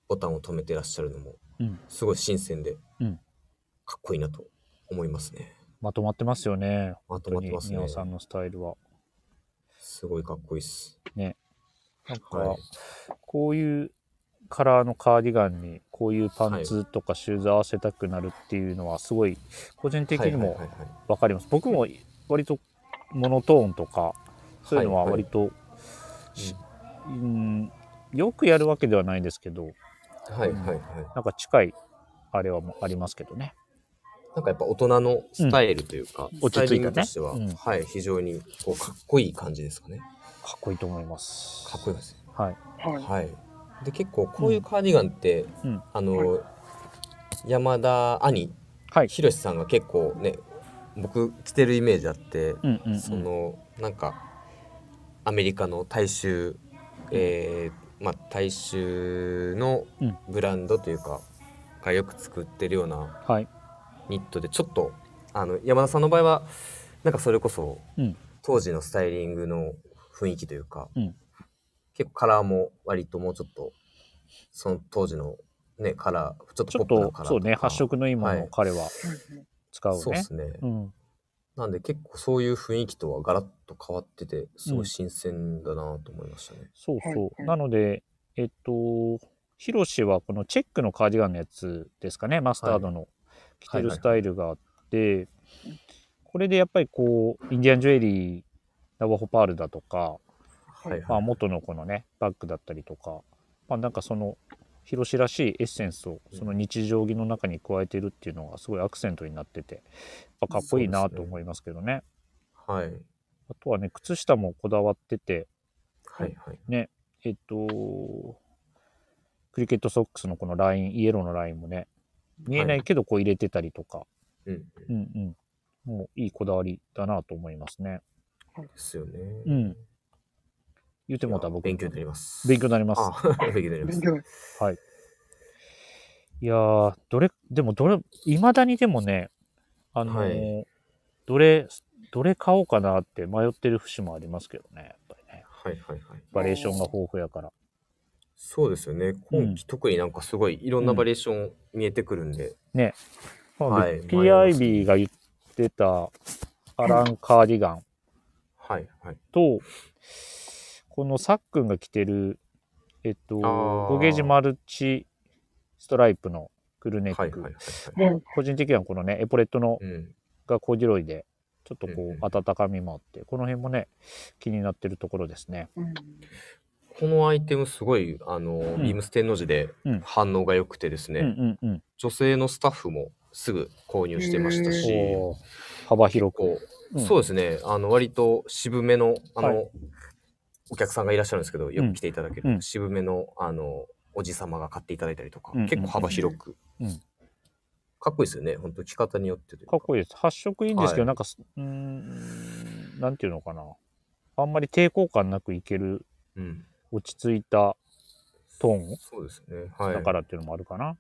ボタンを止めてらっしゃるのも
うん、
すごい新鮮で、
うん
かっこいいなと思いますね。
まとまってますよね。
まとまってますね
本当に宮尾さんのスタイルは。
すごいかっこいいっす。
なんか、
はい
こういうカラーのカーディガンにこういうパンツとかシューズ合わせたくなるっていうのはすごい個人的にも
はいはいはいはい
分かります。僕も割とモノトーンとかそういうのは割と、しうん、よくやるわけではないんですけど
はいはいはい。
なんか近いあれはもうありますけどね。
なんかやっぱ大人のスタイルというか、
落
スタ
ち
イ
着
リ
い
ン
たね
グとしては、
うん
はい、非常にこうかっこいい感じですかね。
かっこいいと思います。
かっこいいですね。
はい。
はい。
はい。で、結構こういうカーディガンって、
うん
あの、山田兄、
はい。
ひろしさんが結構ね、僕着てるイメージあって、
うんうん、うん。
そのなんかアメリカの大衆、えーまあ、大衆の
うん
ブランドというか、がよく作ってるような
はい。
ニットでちょっとあの山田さんの場合はなんかそれこそ、
うん
当時のスタイリングの雰囲気というか、
うん
結構カラーも割ともうちょっとその当時の、ね、カラーちょっ
ち
と
ょ
ポ
っ
ップな
と
カラー
そうね
とか
発色のいいものを彼は使うね。
そうですね、
うん。
なんで結構そういう雰囲気とはガラッと変わってて、すごい新鮮だなと思いましたね。
そうそう。
はい
なので、えっと、ヒロシはこのチェックのカーディガンのやつですかね、マスタードの、着てるスタイルがあって、これでやっぱりこう、インディアンジュエリー、ナワホパールだとか、
うん
はい
まあ、
はい。
元のこのね、バッグだったりとか、まあ、なんかその、ヒロシらしいエッセンスをその日常着の中に加えてるっていうのがすごいアクセントになってて、やっぱかっこいいなと思いますけどね。
はい。はい
あとはね、靴下もこだわってて、
はい。
えっと、クリケットソックスのこのライン、イエローのラインもね、見えないけどこう入れてたりとか、
うん。
うんうん。もういいこだわりだなと思いますね。
ですよね。
うん。言うて
で
もうた僕、
勉強になります。
勉強になります。
あ 勉強になりま
勉
す。
強になる
いやー、どれ、でもどれ、いまだにでもね、あのー
は
どれ、どれ買おうかなって迷ってる節もありますけどね、やっぱりね。
はいはいはい。
バリエーションが豊富やから。
そうですよね。今期特になんかすごいいろんなバリエーション見えてくるんで。
まあ
はい
PIB が言ってたアラン・カーディガン。
はいはい。
と、このさっくんが着てる、えっと、
あー
5ゲージマルチストライプのクルーネック。
はいはいはいはい。
はい。
個人的にはこのね、エポレットの
うん。
がコーディロイで、ちょっとこ
うんうん
う、温かみもあって、この辺もね、気になってるところですね。
うん
このアイテムすごい、あの、
ん
ビームス天王寺で
うん
反応が良くてですね、
うんうんうん。
女性のスタッフもすぐ購入してましたし、
おー幅広く。
こう
うん
そうですね、あの割と渋めのあの、
は
お客さんがいらっしゃるんですけど、よく来ていただける、
うん
渋めのあのおじ様が買っていただいたりとか、
うん
結構幅広く、
うん
かっこいいですよね、本当着方によってという
かっこ
い
い
い。
いです。発色いいんですけど、
はい
なんかす、うーん、なんていうのかな。あんまり抵抗感なくいける、
うん、
落ち着いたトーン
そうですね、はい。
だからっていうのもあるかな。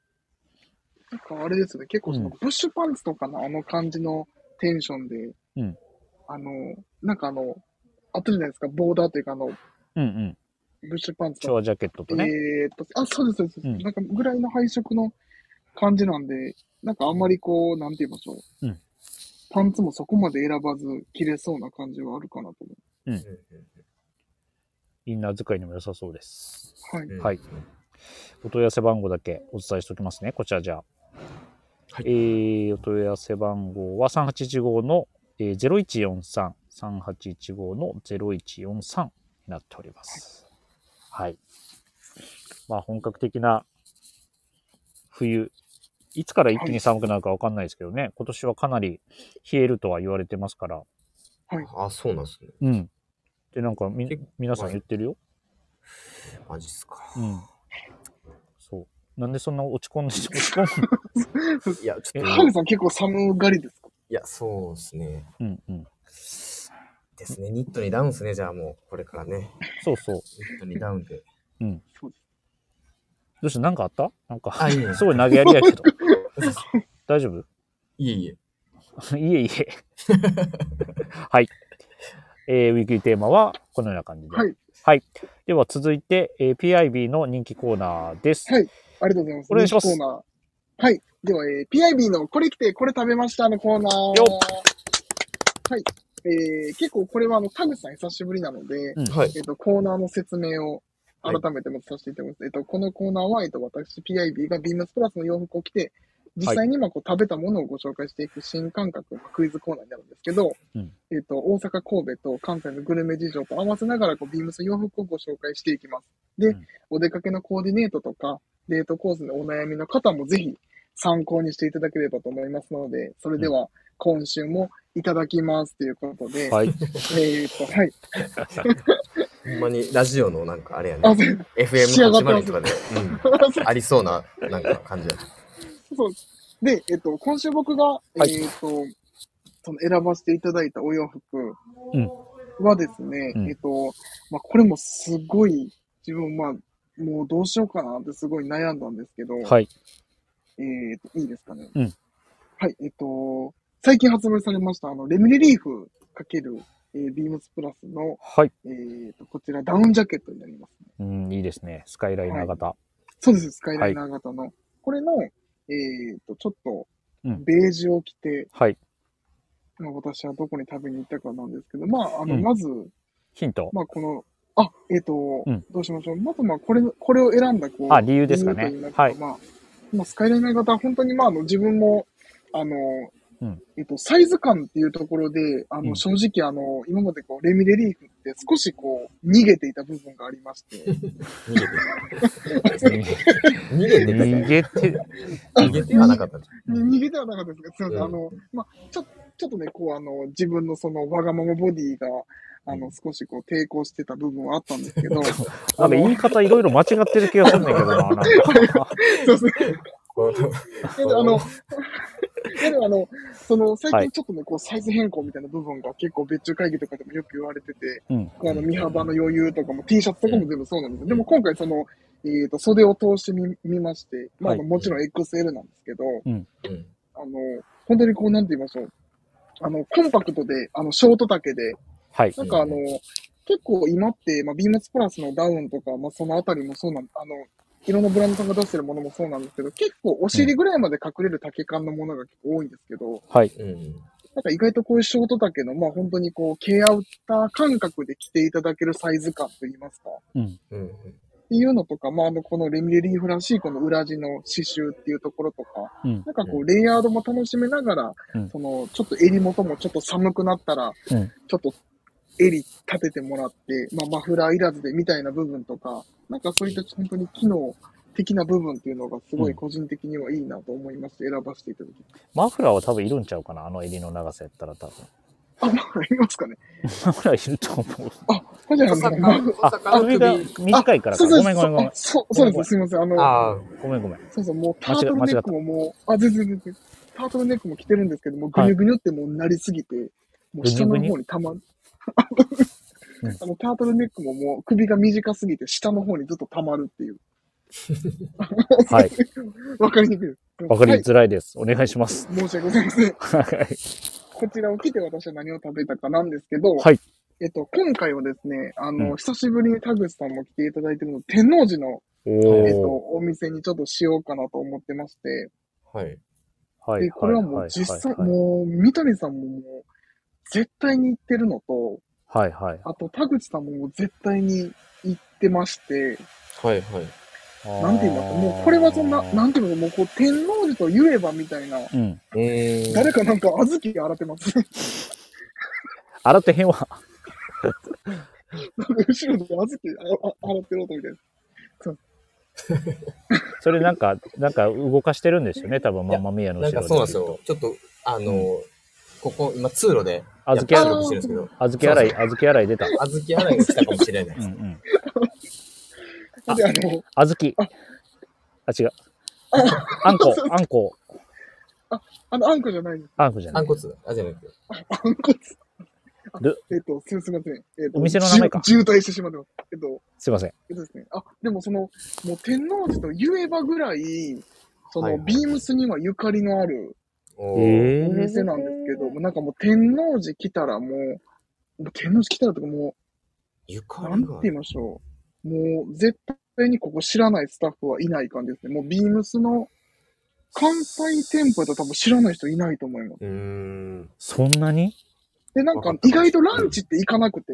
なんかあれですね、結構その
うん
ブッシュパンツとかのあの感じのテンションで、
うん
あの、なんかあの、あったじゃないですか、ボーダーというかあの、
うんうん。
ブッシュパンツ
ショアジャケットとね。
えーっと、あ、そうです、そうです。
うん
なんか、ぐらいの配色の感じなんで、なんかあんまりこう、なんて言いましょう。
うん
パンツもそこまで選ばず、着れそうな感じはあるかなと思
うん
インナー使いにも良さそうです。
う。はい。
うんうん
はいお問い合わせ番号だけお伝えしておきますね。こちらじゃあ。
はい
えー、お問い合わせ番号は3815の、えー、0143、3815の0143になっております。はい。まあ本格的な冬、いつから一気に寒くなるかわかんないですけどね、今年はかなり冷えるとは言われてますから、
あ、そうなんですね。
うん。で、なんかみ
結構、
皆さん言ってるよ。
マジっすか。
うん。そう。なんでそんな落ち込んで、落ち込 む
いや、ち
え
ょっ
ハ
と、
ルさん結構寒がりですか
いや、そうですね。
うんうん。
ですね、ニットにダウンですね、じゃあもう、これからね。
そうそう。
ニットにダウンで。
うん
そうです。
どうしたなんかあったなんか、
あいえいえ
すごい投げやりやけど。 大丈夫
いえいえ。
い えいえ。はい。えーウィークリーテーマはこのような感じで。
はい。
はい。では続いて、えー PIB の人気コーナーです。
はいありがとうございます。
お願いします
コーナー。はい。では、えー PIB のこれ来て、これ食べましたのコーナー。
よ
はい。えー結構これはあの、田口さん久しぶりなので、
うん
はい
えっ、と、コーナーの説明を
は
改
い
めてもさせていただきます。えっ、と、このコーナーは、えっ、と、私 PIB がビームスプラスの洋服を着て、実際にまあこう食べたものをご紹介していく新感覚のクイズコーナーになるんですけど、
うん
えっ、と、大阪、神戸と関西のグルメ事情と合わせながら、こう、ビームス洋服をご紹介していきます。で、
うん
お出かけのコーディネートとか、デートコースのお悩みの方もぜひ参考にしていただければと思いますので、それでは今週もいただきますということで、
はい。
えーっと、はい。
ほんまにラジオのなんかあれやね
あ、。そう
FM802 とかで、うん、ありそうななんか感じやね。
そうで、えっと、今週僕が、
い
えーっと、その選ばせていただいたお洋服
うん
はですね、
うん
えっと、まあ、これもすごい、自分、まあ、もうどうしようかなってすごい悩んだんですけど、
はい。
えーっと、いいですかね。
うん
はい、えっと、最近発売されました、あの、レミレリーフ×えー、ビームスプラスの、
はい。
えーっと、こちらダウンジャケットになります。
うん、いいですね。スカイライナー型。
そうです、スカイライナー型の。これの、えーっと、ちょっと
うん、
ベージュを着て、
はい。
まあ、私はどこに食べに行ったかなんですけど、まあ、あの、
うん
まず、
ヒント。
まあ、この、あ、えーっと、
うん
どうしましょう。まず、まあ、これの、これを選んだ、こう、
あ、理由ですかね
理由とう。か
はい。
まあ、まあ、スカイライナー型は本当に、まあ、あの、自分も、あの、
うん
えっと、サイズ感っていうところで、あ
うん
の、正直、あの、今までこう、レミレリーフって少しこう、逃げていた部分がありま して、
逃げて。逃げてた
逃げて、
逃げてはなかったんじ
うん
逃げてはなかったですが、すみません、
うん
あの、まあ、ちょ、ちょっとね、こう、あの、自分のその、わがままボディが、あ
う
の
ん、
少しこう、抵抗してた部分はあったんです けど、す
なんか言い方いろいろ間違ってる気がするんだけどな、なんか。
いません
ゃ
け ど、あの、けど、あの、その、
は
最
い
近ちょっとね、こう、サイズ変更みたいな部分が結構、別注会議とかでもよく言われてて、
うん。
こうあの、身幅の余裕とかも、T シャツとかも全部そうなんですよ。でも、今回、その、えっと、袖を通してみ、見まして、まあ、あの
は
もちろん XL なんですけど、
ん。うん
あの、本当にこう、なんて言いましょう。あの、コンパクトで、あの、ショート丈で、
はい。
なんかあの、結構今って、まあ、ビームスプラスのダウンとか、まあ、そのあたりもそうなん、あの、いろんなブランドさんが出してるものもそうなんですけど、結構お尻ぐらいまで隠れる丈感のものが結構多いんですけど、
はい。
うん。
なんか意外とこういうショート丈の、まあ本当にこう、ケアウター感覚で着ていただけるサイズ感といいますか、っ
うん。
うん。
ていうのとか、まああの、このレミレリーフらしいこの裏地の刺繍っていうところとか、
うん。
なんかこう、レイヤードも楽しめながら、
うん
その、ちょっと襟元もちょっと寒くなったら、
うん
ちょっと襟立ててもらって、まあ、マフラーいらずでみたいな部分とか、なんかそういった本当に機能的な部分っていうのがすご
う
い
ん
個人的にはいいなと思いまして、選ばせていただきま
マフラーは多分いるんちゃうかな、あの襟の長さやったら多分。
した。あ、まあ、いますかね。
マフラーいると思 う。
あ、これじゃあ、まあ
あ、あ上が短いからか。
そうそう
ごめんごめんごめん。
そうそうそうです。すみません。あの、
ああ、
ごめんごめん。
そうそう、もうタートルネックももう、あ、全然全然。タートルネックも着てるんですけども、ぐにゅぐにゅってもうなりすぎて、もう下の方にたま、
うん
あの、タートルネックももう首が短すぎて下の方にずっとたまるっていう。
はい。
わかりにくいです。
わかり
はい
づらいです。お願いし ます。
申し訳ございません。
はい。
こちらを着て私は何を食べたかなんですけど、
はい
えっと、今回はですね、あの、
うん
久しぶりに田口さんも来ていただいてるの、天王寺の、えっと、
おー。
お店にちょっとしようかなと思ってまして、
はい。
はい。
で、これはもう実際、もう、三谷さんももう、絶対に行ってるのと、
はいはい。
あと、田口さんももう絶対に行ってまして、
はいはい。
なんて言いますか、もうこれはそんな、なんていうの、もうこう、天王寺と言えばみたいな、
うん。
うん。
誰かなんか小豆洗ってます。なんか
洗ってへんわ。
後ろで小豆ああ洗ってる音みたいな。
それなんか、なんか動かしてるんですよね、多分ママミヤの後
な
ろ
ん
で
かそうなんですよ。ちょっと、あの、ここ、今通路で、
小豆
やって
洗
る
い、
ことしてるんですけど、
小豆洗い、小豆洗い出た。
小豆洗いが来たかもしれな
う
い
ん
で
う
す。
ん。あ
で、あの、
小豆。あ、 違う。あんこ、あんこ、
あの、あんこじゃないです。
あんこじゃな
あ
い
ん。こつ、あ、じゃなくて、
あんこつ。
ル
えっと、すすみません。えっと、
お店の名前か
じゅ渋滞してしまってます。えっと、
すいません。
えっとですね。あ、でもその、もう天皇寺と言えばぐらい、その、
はいはい
ビームスにはゆかりのある
お
え
ー
お店なんですけど、もうなんかもう天皇寺来たらもう、もう天皇寺来たらとかも
ゆか
う、な
りがあ
ん
る
て言いましょう。もう、絶対にここ知らないスタッフはいない感じですね。もう、ビームスの関西店舗だと多分知らない人いないと思います。
うーん。
そんなに
で、なんか意外とランチって行かなくて、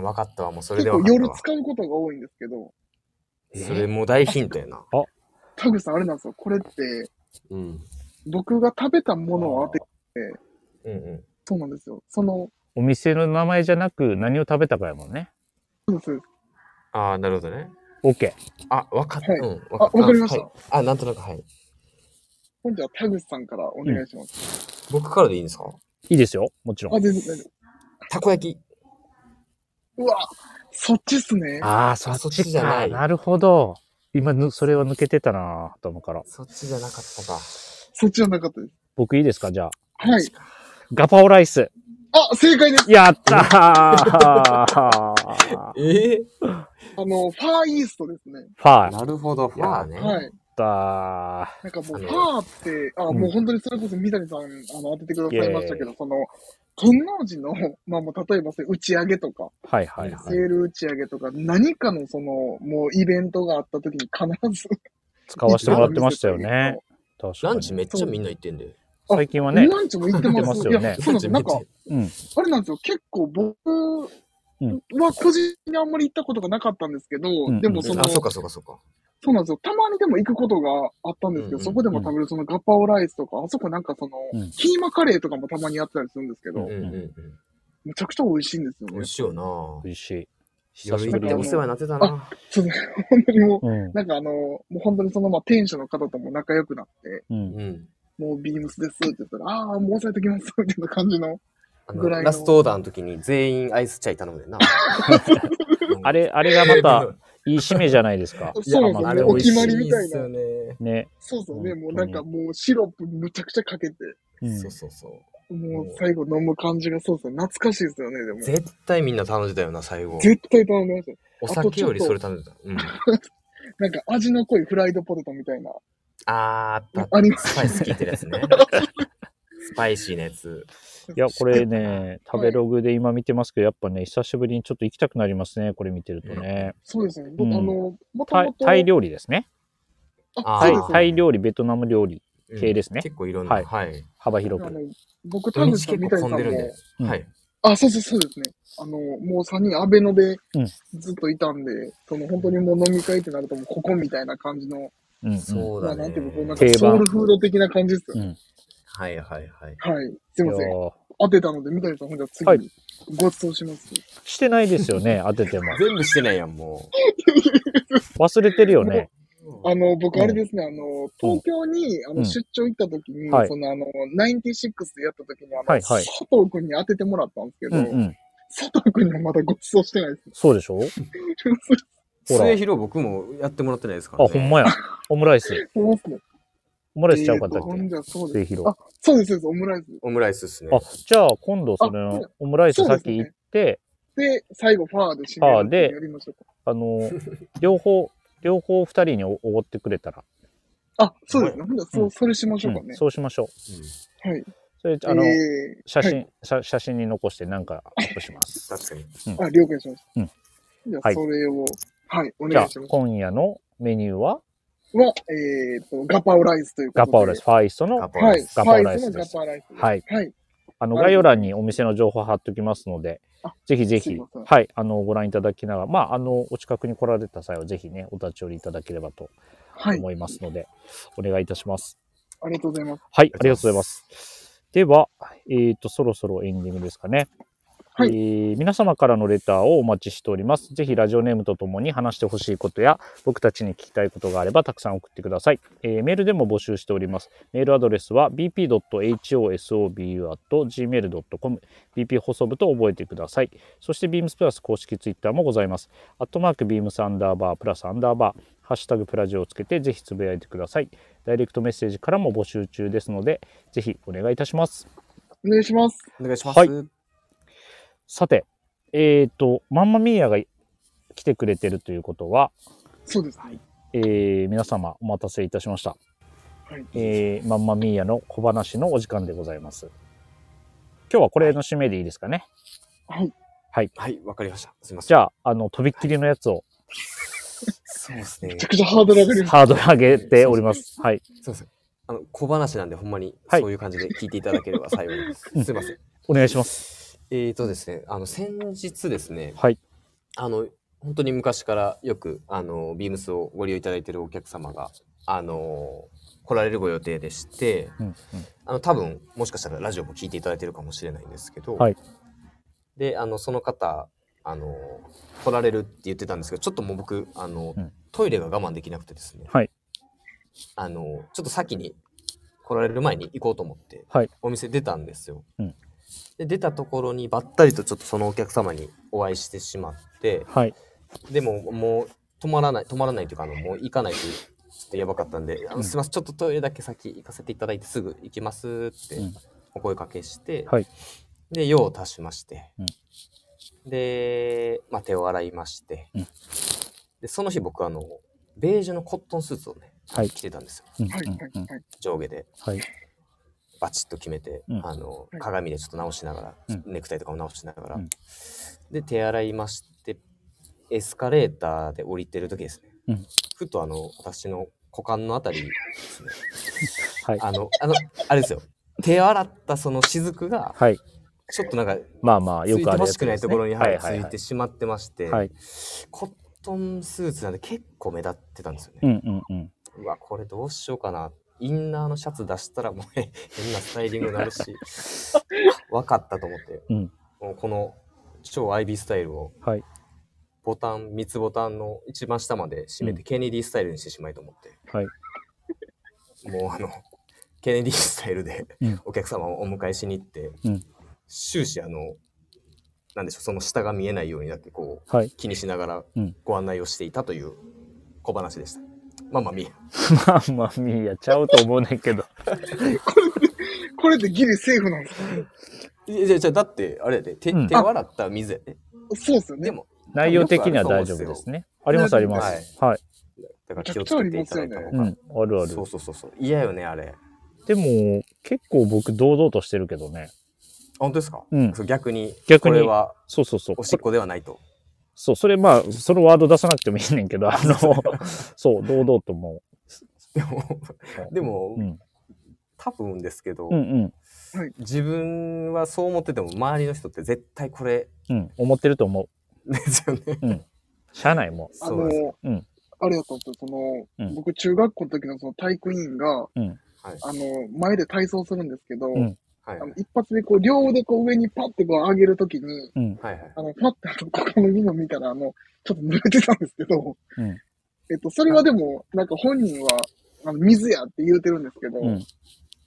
わかったわ、もうそれ
結
でわ
構
かった
夜
わ。
使うことが多いんですけど、
それもう大ヒントやな。
タグさんあれなんですよ。これって、
うん。
僕が食べたものを当て、
うんう
そうなんですよ。その、
お店の名前じゃなく何を食べたかやもんね。
そうです。
ん。ああ、なるほどね。
OK。
あ、わかった。
はい
うん、
あ、わかりまし
は
た。
いあ、なんとなくはい。
今度はタグさんからお願いします。
僕からでいいんですか
いいですよ。もちろん。
あ、全然大丈
たこ焼き。
夫。うわ、そっちっすね。
ああ、そ
そ
っ
っ
ち
ち
か。
じゃない
なるほど。今ぬ、それは抜けてたなと思うから。
そっちじゃなかったか。
そっちじゃなかったです。
僕いいですかじゃあ。
はい。
ガパオライス。
あ、正解です。
やった ー
ええ
あの、ファーイーストですね。
ファーやっ
なるほど、ファーね。
はい。
たー。
なんかもう、
あ
フ
の
ァーって、あ、
うん
もう本当にそれこそ三谷さん、あの、当ててくださいました
イエ
け
ー
ど、その、天王寺の、まあもう例えばそういう打ち上げとか、
はいはい
セ
は
ー
い。
ル打ち上げとか、何かのその、もうイベントがあった時に必ず、
使わせてもらってましたよね。確かに
ランチめっちゃみんな行ってんだよ。
あ
最近はね、
ランチも行って
行
ます
ってますよね
いや、そうなんですよ。なんか、
うん。
あれなんですよ。結構僕は
うん
個人にあんまり行ったことがなかったんですけど、
ん
でもその、
あ、
そ
そううかそうかそうか。
なんですよ。たまにでも行くことがあったんですけど、
うん
そこでも食べるそのガパオライスとか、あそこなんかその、
うん
キーマカレーとかもたまにあったりするんですけ
う
ど、
んうんうん。
めちゃくちゃ美味しいんですよ
美
ね
味。しいよな
美味しい。久
夜
し
行
ぶり
って
だ
お
ね
世話になってたな。
そうですね。本当にもう、
うん。
なんかあの、もう本当にその、まあ、店主の方とも仲良くなって、
うん。
うん。
もうビームスですって言ったら、ああ、もう押さえときます、みたいな感じの。
あの
ぐらいの
ラストオーダーの時に全員アイスチャイ頼むね んな。
あれ、あれがまた、いい締めじゃないです か。
そうなんで
ま
すよね
あ
あ
あ
れ
れ
美
美
お
味
味し
しい
決まり
い
み
で
たいな
すよね。
ね。
そうですよね。もう
本
な
当
ん
に
かもうシロップむちゃくちゃかけて、
うん
そうそうそ
もう最後飲む感じがそうですね。懐かしいですよね、でも
う。。絶対みんな頼んでたよな、最後。
絶対頼みました。
お酒よりそれ頼んでた。うん。
なんか味の濃いフライドポテトみたいな。
あーあった。
ありま
スパイス効いてるや つね。スパイシーなやつ。
い や、これね、食べログで今見てますけど、やっぱね、久しぶりにちょっと行きたくなりますね。これ見てるとね。
そうですね。
う
僕
ん
あの、もと
タイ
もと。
タイ料理ですね。
あ、
あ
タ
そ
イ
うで
ー
すね。
タイ料理、ベトナム料理、
うん
系列ね
結構いろんな。
はい
はい。
幅広
あ
く。
の僕、
土
田口
日
さん、
結
三谷さ
構混
ん
んでるんで
も。。
うん
はい。
あ、そうそうそうですね。あの、もう三人、安倍ので
うん、
ずっといたんで、その本当にもう飲み会ってなると、もうここみたいな感じの、
うん、うん。
そう
ま
だ
あ、
ね。
なんていうか、こう、なん
定
か
番
ソウルフード的な感じですよ
う
ね。
ん。
はいはいはい。
はい。すいません。
いやー
当てたので、三谷さん、ほんじゃ次、
はい
ご馳走します。
してないですよ ね、当てても。
全部してないやん、も
忘れてるよ ね。
う。
あの、僕、あれですね、あの、東京に、あ
うん
の、出張行った時に、
はい
その、あの、96でやった時に、あの、
はいはい
佐藤くんに当ててもらったんですけ
う
ど、
んうん。
佐藤くんにはまだご馳走してないです。
そうでしょほら
末広僕もやってもらってないですから
あ、
ね。
ほんまや。オムライス。
そうですね。
オムライスちゃうかったっ
えーとほんじゃそう
け
です。
末広。
あ、そうです、そうです、オムライス。
オムライスっすね
あ。、じゃあ今度その
あ
オムライス先行って、
で、最後、ファーで締めるっていうのやりましょうか。
あ の、両方、両方二人におおごってくれたら、
あ、そうですね。ほんじゃ、そうう、
ん
それしましょうか
うん
ね。
そうしましょう。
うん
はい。
それ、あの、
えー
写
はい
真、写写真に残してなんかアップします。
確
あ、
かに。
了解しまし
うん
た。じゃ
は
あ、
い
それを、はい、 お
じゃ
願
あ
いします。
今夜のメニューは
は、えっと、ガパオライスということ
ガ
で。
パオライス、。ファーイスト
ガ
の、
パオ
は
ラ
い
イ、ス。
ガパオライス
ファ
で
イ
す
スのガパオライスです。
はい。
はい。
あの、
はい
概要欄にお店の情報貼っておきますので
あ、
ぜひぜ
す
ひ
いませ、ん
はい、あの、ご覧いただきながら、まあ、あの、お近くに来られた際は、ぜひね、お立ち寄りいただければと
はい。
思いますので、お願いいたします。
ありがとうございます。
はい、ありがとうございます。では、えっ、と、そろそろエンディングですかね。
はい
えー皆様からのレターをお待ちしております。ぜひラジオネームとともに話してほしいことや、僕たちに聞きたいことがあればたくさん送ってください。えーメールでも募集しております。メールアドレスは bp.hosobu.gmail.com、bp 細部と覚えてください。そして beams プラス公式ツイッターもございます。アットマーク beams アンダーバープラスアンダーバー、ハッシュタグプラジオをつけてぜひつぶやいてください。ダイレクトメッセージからも募集中ですので、ぜひお願いいたします。
お願いします。
お願いします。
はいさて、えっ、と、マンマミーヤが来てくれてるということは、
そうです。はい。
えー皆様お待たせいたしました。
はい。
えーマンマミーヤの小話のお時間でございます。今日はこれの締めでいいですかね。
はい。
はい、わかりました。すみません。
じ
ゃ
ゃあ、あの、とびっきりのやつを
そうですね
めち。ゃくちゃハードル上がります。
ハードル上げております。はい。
すみません。あの、小話なんで、ほんまに、
はい
そういう感じで聞いていただければ幸いです。
うん
すみません。
お願いします。
えーとですね、あの、先日ですね、
はい。
あの、本当に昔からよく、あの、ビームスをご利用いただいているお客様が、あの、来られるご予定でして、
うんうん
あの、多分、もしかしたらラジオも聞いていただいてるかもしれないんですけど、
はい
で、あの、その方、あの、来られるって言ってたんですけど、ちょっともう僕、あの、
うん
トイレが我慢できなくてですね、
はい
あの、ちょっと先に来られる前に行こうと思って、
はい
お店出たんですよ。
うん
で、出たところにばったりとちょっとそのお客様にお会いしてしまって、
はい。
でももう止まらない止まらないというかあのもう行かないというちょっとやばかったんで「あ
う
の
ん
すいませんちょっとトイレだけ先行かせていただいてすぐ行きます」って
うん
お声かけして、
はい
で用を足しまして、
うん
で、まあ、手を洗いまして、
うん
でその日僕あのベージュのコットンスーツをね
はい。
着てたんですよ
うん
はい。は
うんうん
い。はい。
上下で
はい。
バチッと決めて、
うん
あの
い
鏡でちょっと直しながら、
うん
ネクタイとかも直しながら、
うん
で手洗いましてエスカレーターで降りてる時ですね、
うん
ふとあの私の股間のあたりですね
はい。
あのあのあれですよ手洗ったその雫が
はい。
ちょっとなんか
まあまあ、
つ
よ
いて
くある
ほ
や
し
つで
く
すね
ないところに、は
はいいはい
つ
はい
てしまってまして、
はい。
コットンスーツなんで結構目立ってたんですよね、
うんうんうん。
うわ、これどうしようかな。インナーのシャツ出したらもう 変なスタイリングになるし、 分かったと思って、
うん
もうこの超 IB スタイルを
はい。
ボタン、三つボタンの一番下まで締めて、
うん
ケネディスタイルにしてしまいと思って、
はい。
もうあの、ケネディスタイルで
うん
お客様をお迎えしに行って、
うん
終始あの、なんでしょう、その下が見えないようにだってこう、
はい。
気にしながら
うん
ご案内をしていたという小話でした。まあまあ見え。
まあまあ、みーやちゃうと思うねんけど。
これでギリセーフなんですか
いやいやじゃあだってあれやで手,、
うん
手笑ったら水やで
そうですよね
で。も
内容的には大丈夫ですね。ありますあります。はい。
だから気をつけていただいた方
う
が、
ん。あるある
そ。うそうそうそう嫌よねあれ
でも、結構僕、堂々としてるけどね。
本当ですか、
うん
そう逆に
逆に
これは
そうそうそう。
おしっこではないと
そう、それまあ、そのワード出さなくてもいいねんけ ど、あの、そう、堂々とも
でも
う。
でも、
うん、
多分ですけど、
うん、うん、
自分はそう思ってても周りの人って絶対これ
うん、思ってると思
ですよね
う。しゃあないも
あ
そうなんですよ
の、
うん
あれだったんですよ、その、
うん
僕、中学校の時のその体育委員が、
うん
はい
あの、前で体操するんですけど、
うん
はい
あの一発でこう、両腕こう上にパッてこう上げるときに、
う。うん、
はいはい
あの、パッてあの、ここの部分見たら、あの、ちょっと濡れてたんですけど、
うん
えっと、それはでも、なんか本人は、あの、水やって言うてるんですけど、
うん。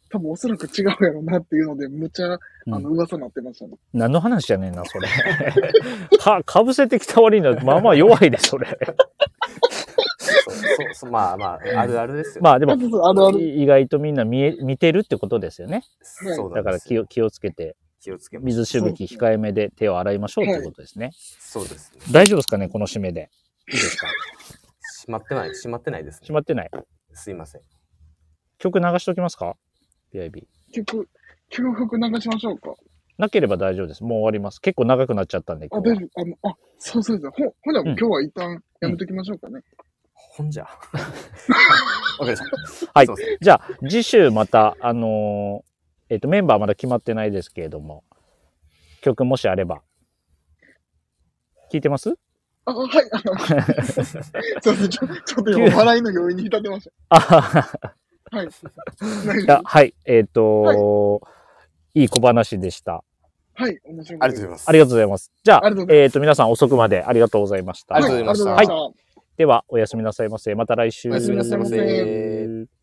多分おそらく違うやろなっていうので、むちゃ、あの、噂になってましたね。
何の話じゃねえな、それ。 か、かぶせてきた割には、まあまあ弱いで、それ。
そうそうそうまあまああるあるですよ、
まあで
あ
も、
とそうあの、あの、
い意外とみんな見え、見てるってことですよね。
そうな
だか
んで
ら
す
気
よ
を、気をつけて、
気をつけます
水しぶき控えめで手を洗いましょうということですね。
そうですね
大丈夫ですかね、この締めで。いいですか
閉まってない閉まってないです
決
ね
まってない。
すいません
曲流しておきますか ?BIB。
曲、曲流しましょうか。
なければ大丈夫です。もう終わります。結構長くなっちゃったんで、
あ、
今
で
日は
も、あの、あ、そうそうです。ほ、ほら、今日は一旦やめときましょうかね。
ほ んじゃ。わかりました。
はい
すません
じゃあ、次週また、あのーえっ、と、メンバーまだ決まってないですけれども、曲もしあれば。聞いてます
あ、はい、あの、 そうそう、ちょちょっと今、笑いの要因に浸ってまし
あはは
た。はい。
いやはい。えっ、とい、い小話でした。
はい、面白
あ
かっ
り
たです。
がとうございます。
ありがとうございます。じゃあ、
あ
えっ
りがとうござい
と、皆さん遅くまでありがとうございました。
ありがとうございました
はありがとうございました。
では、おやすみなさいませ。また来週。
おやすみなさいませ
おやすみなさいませ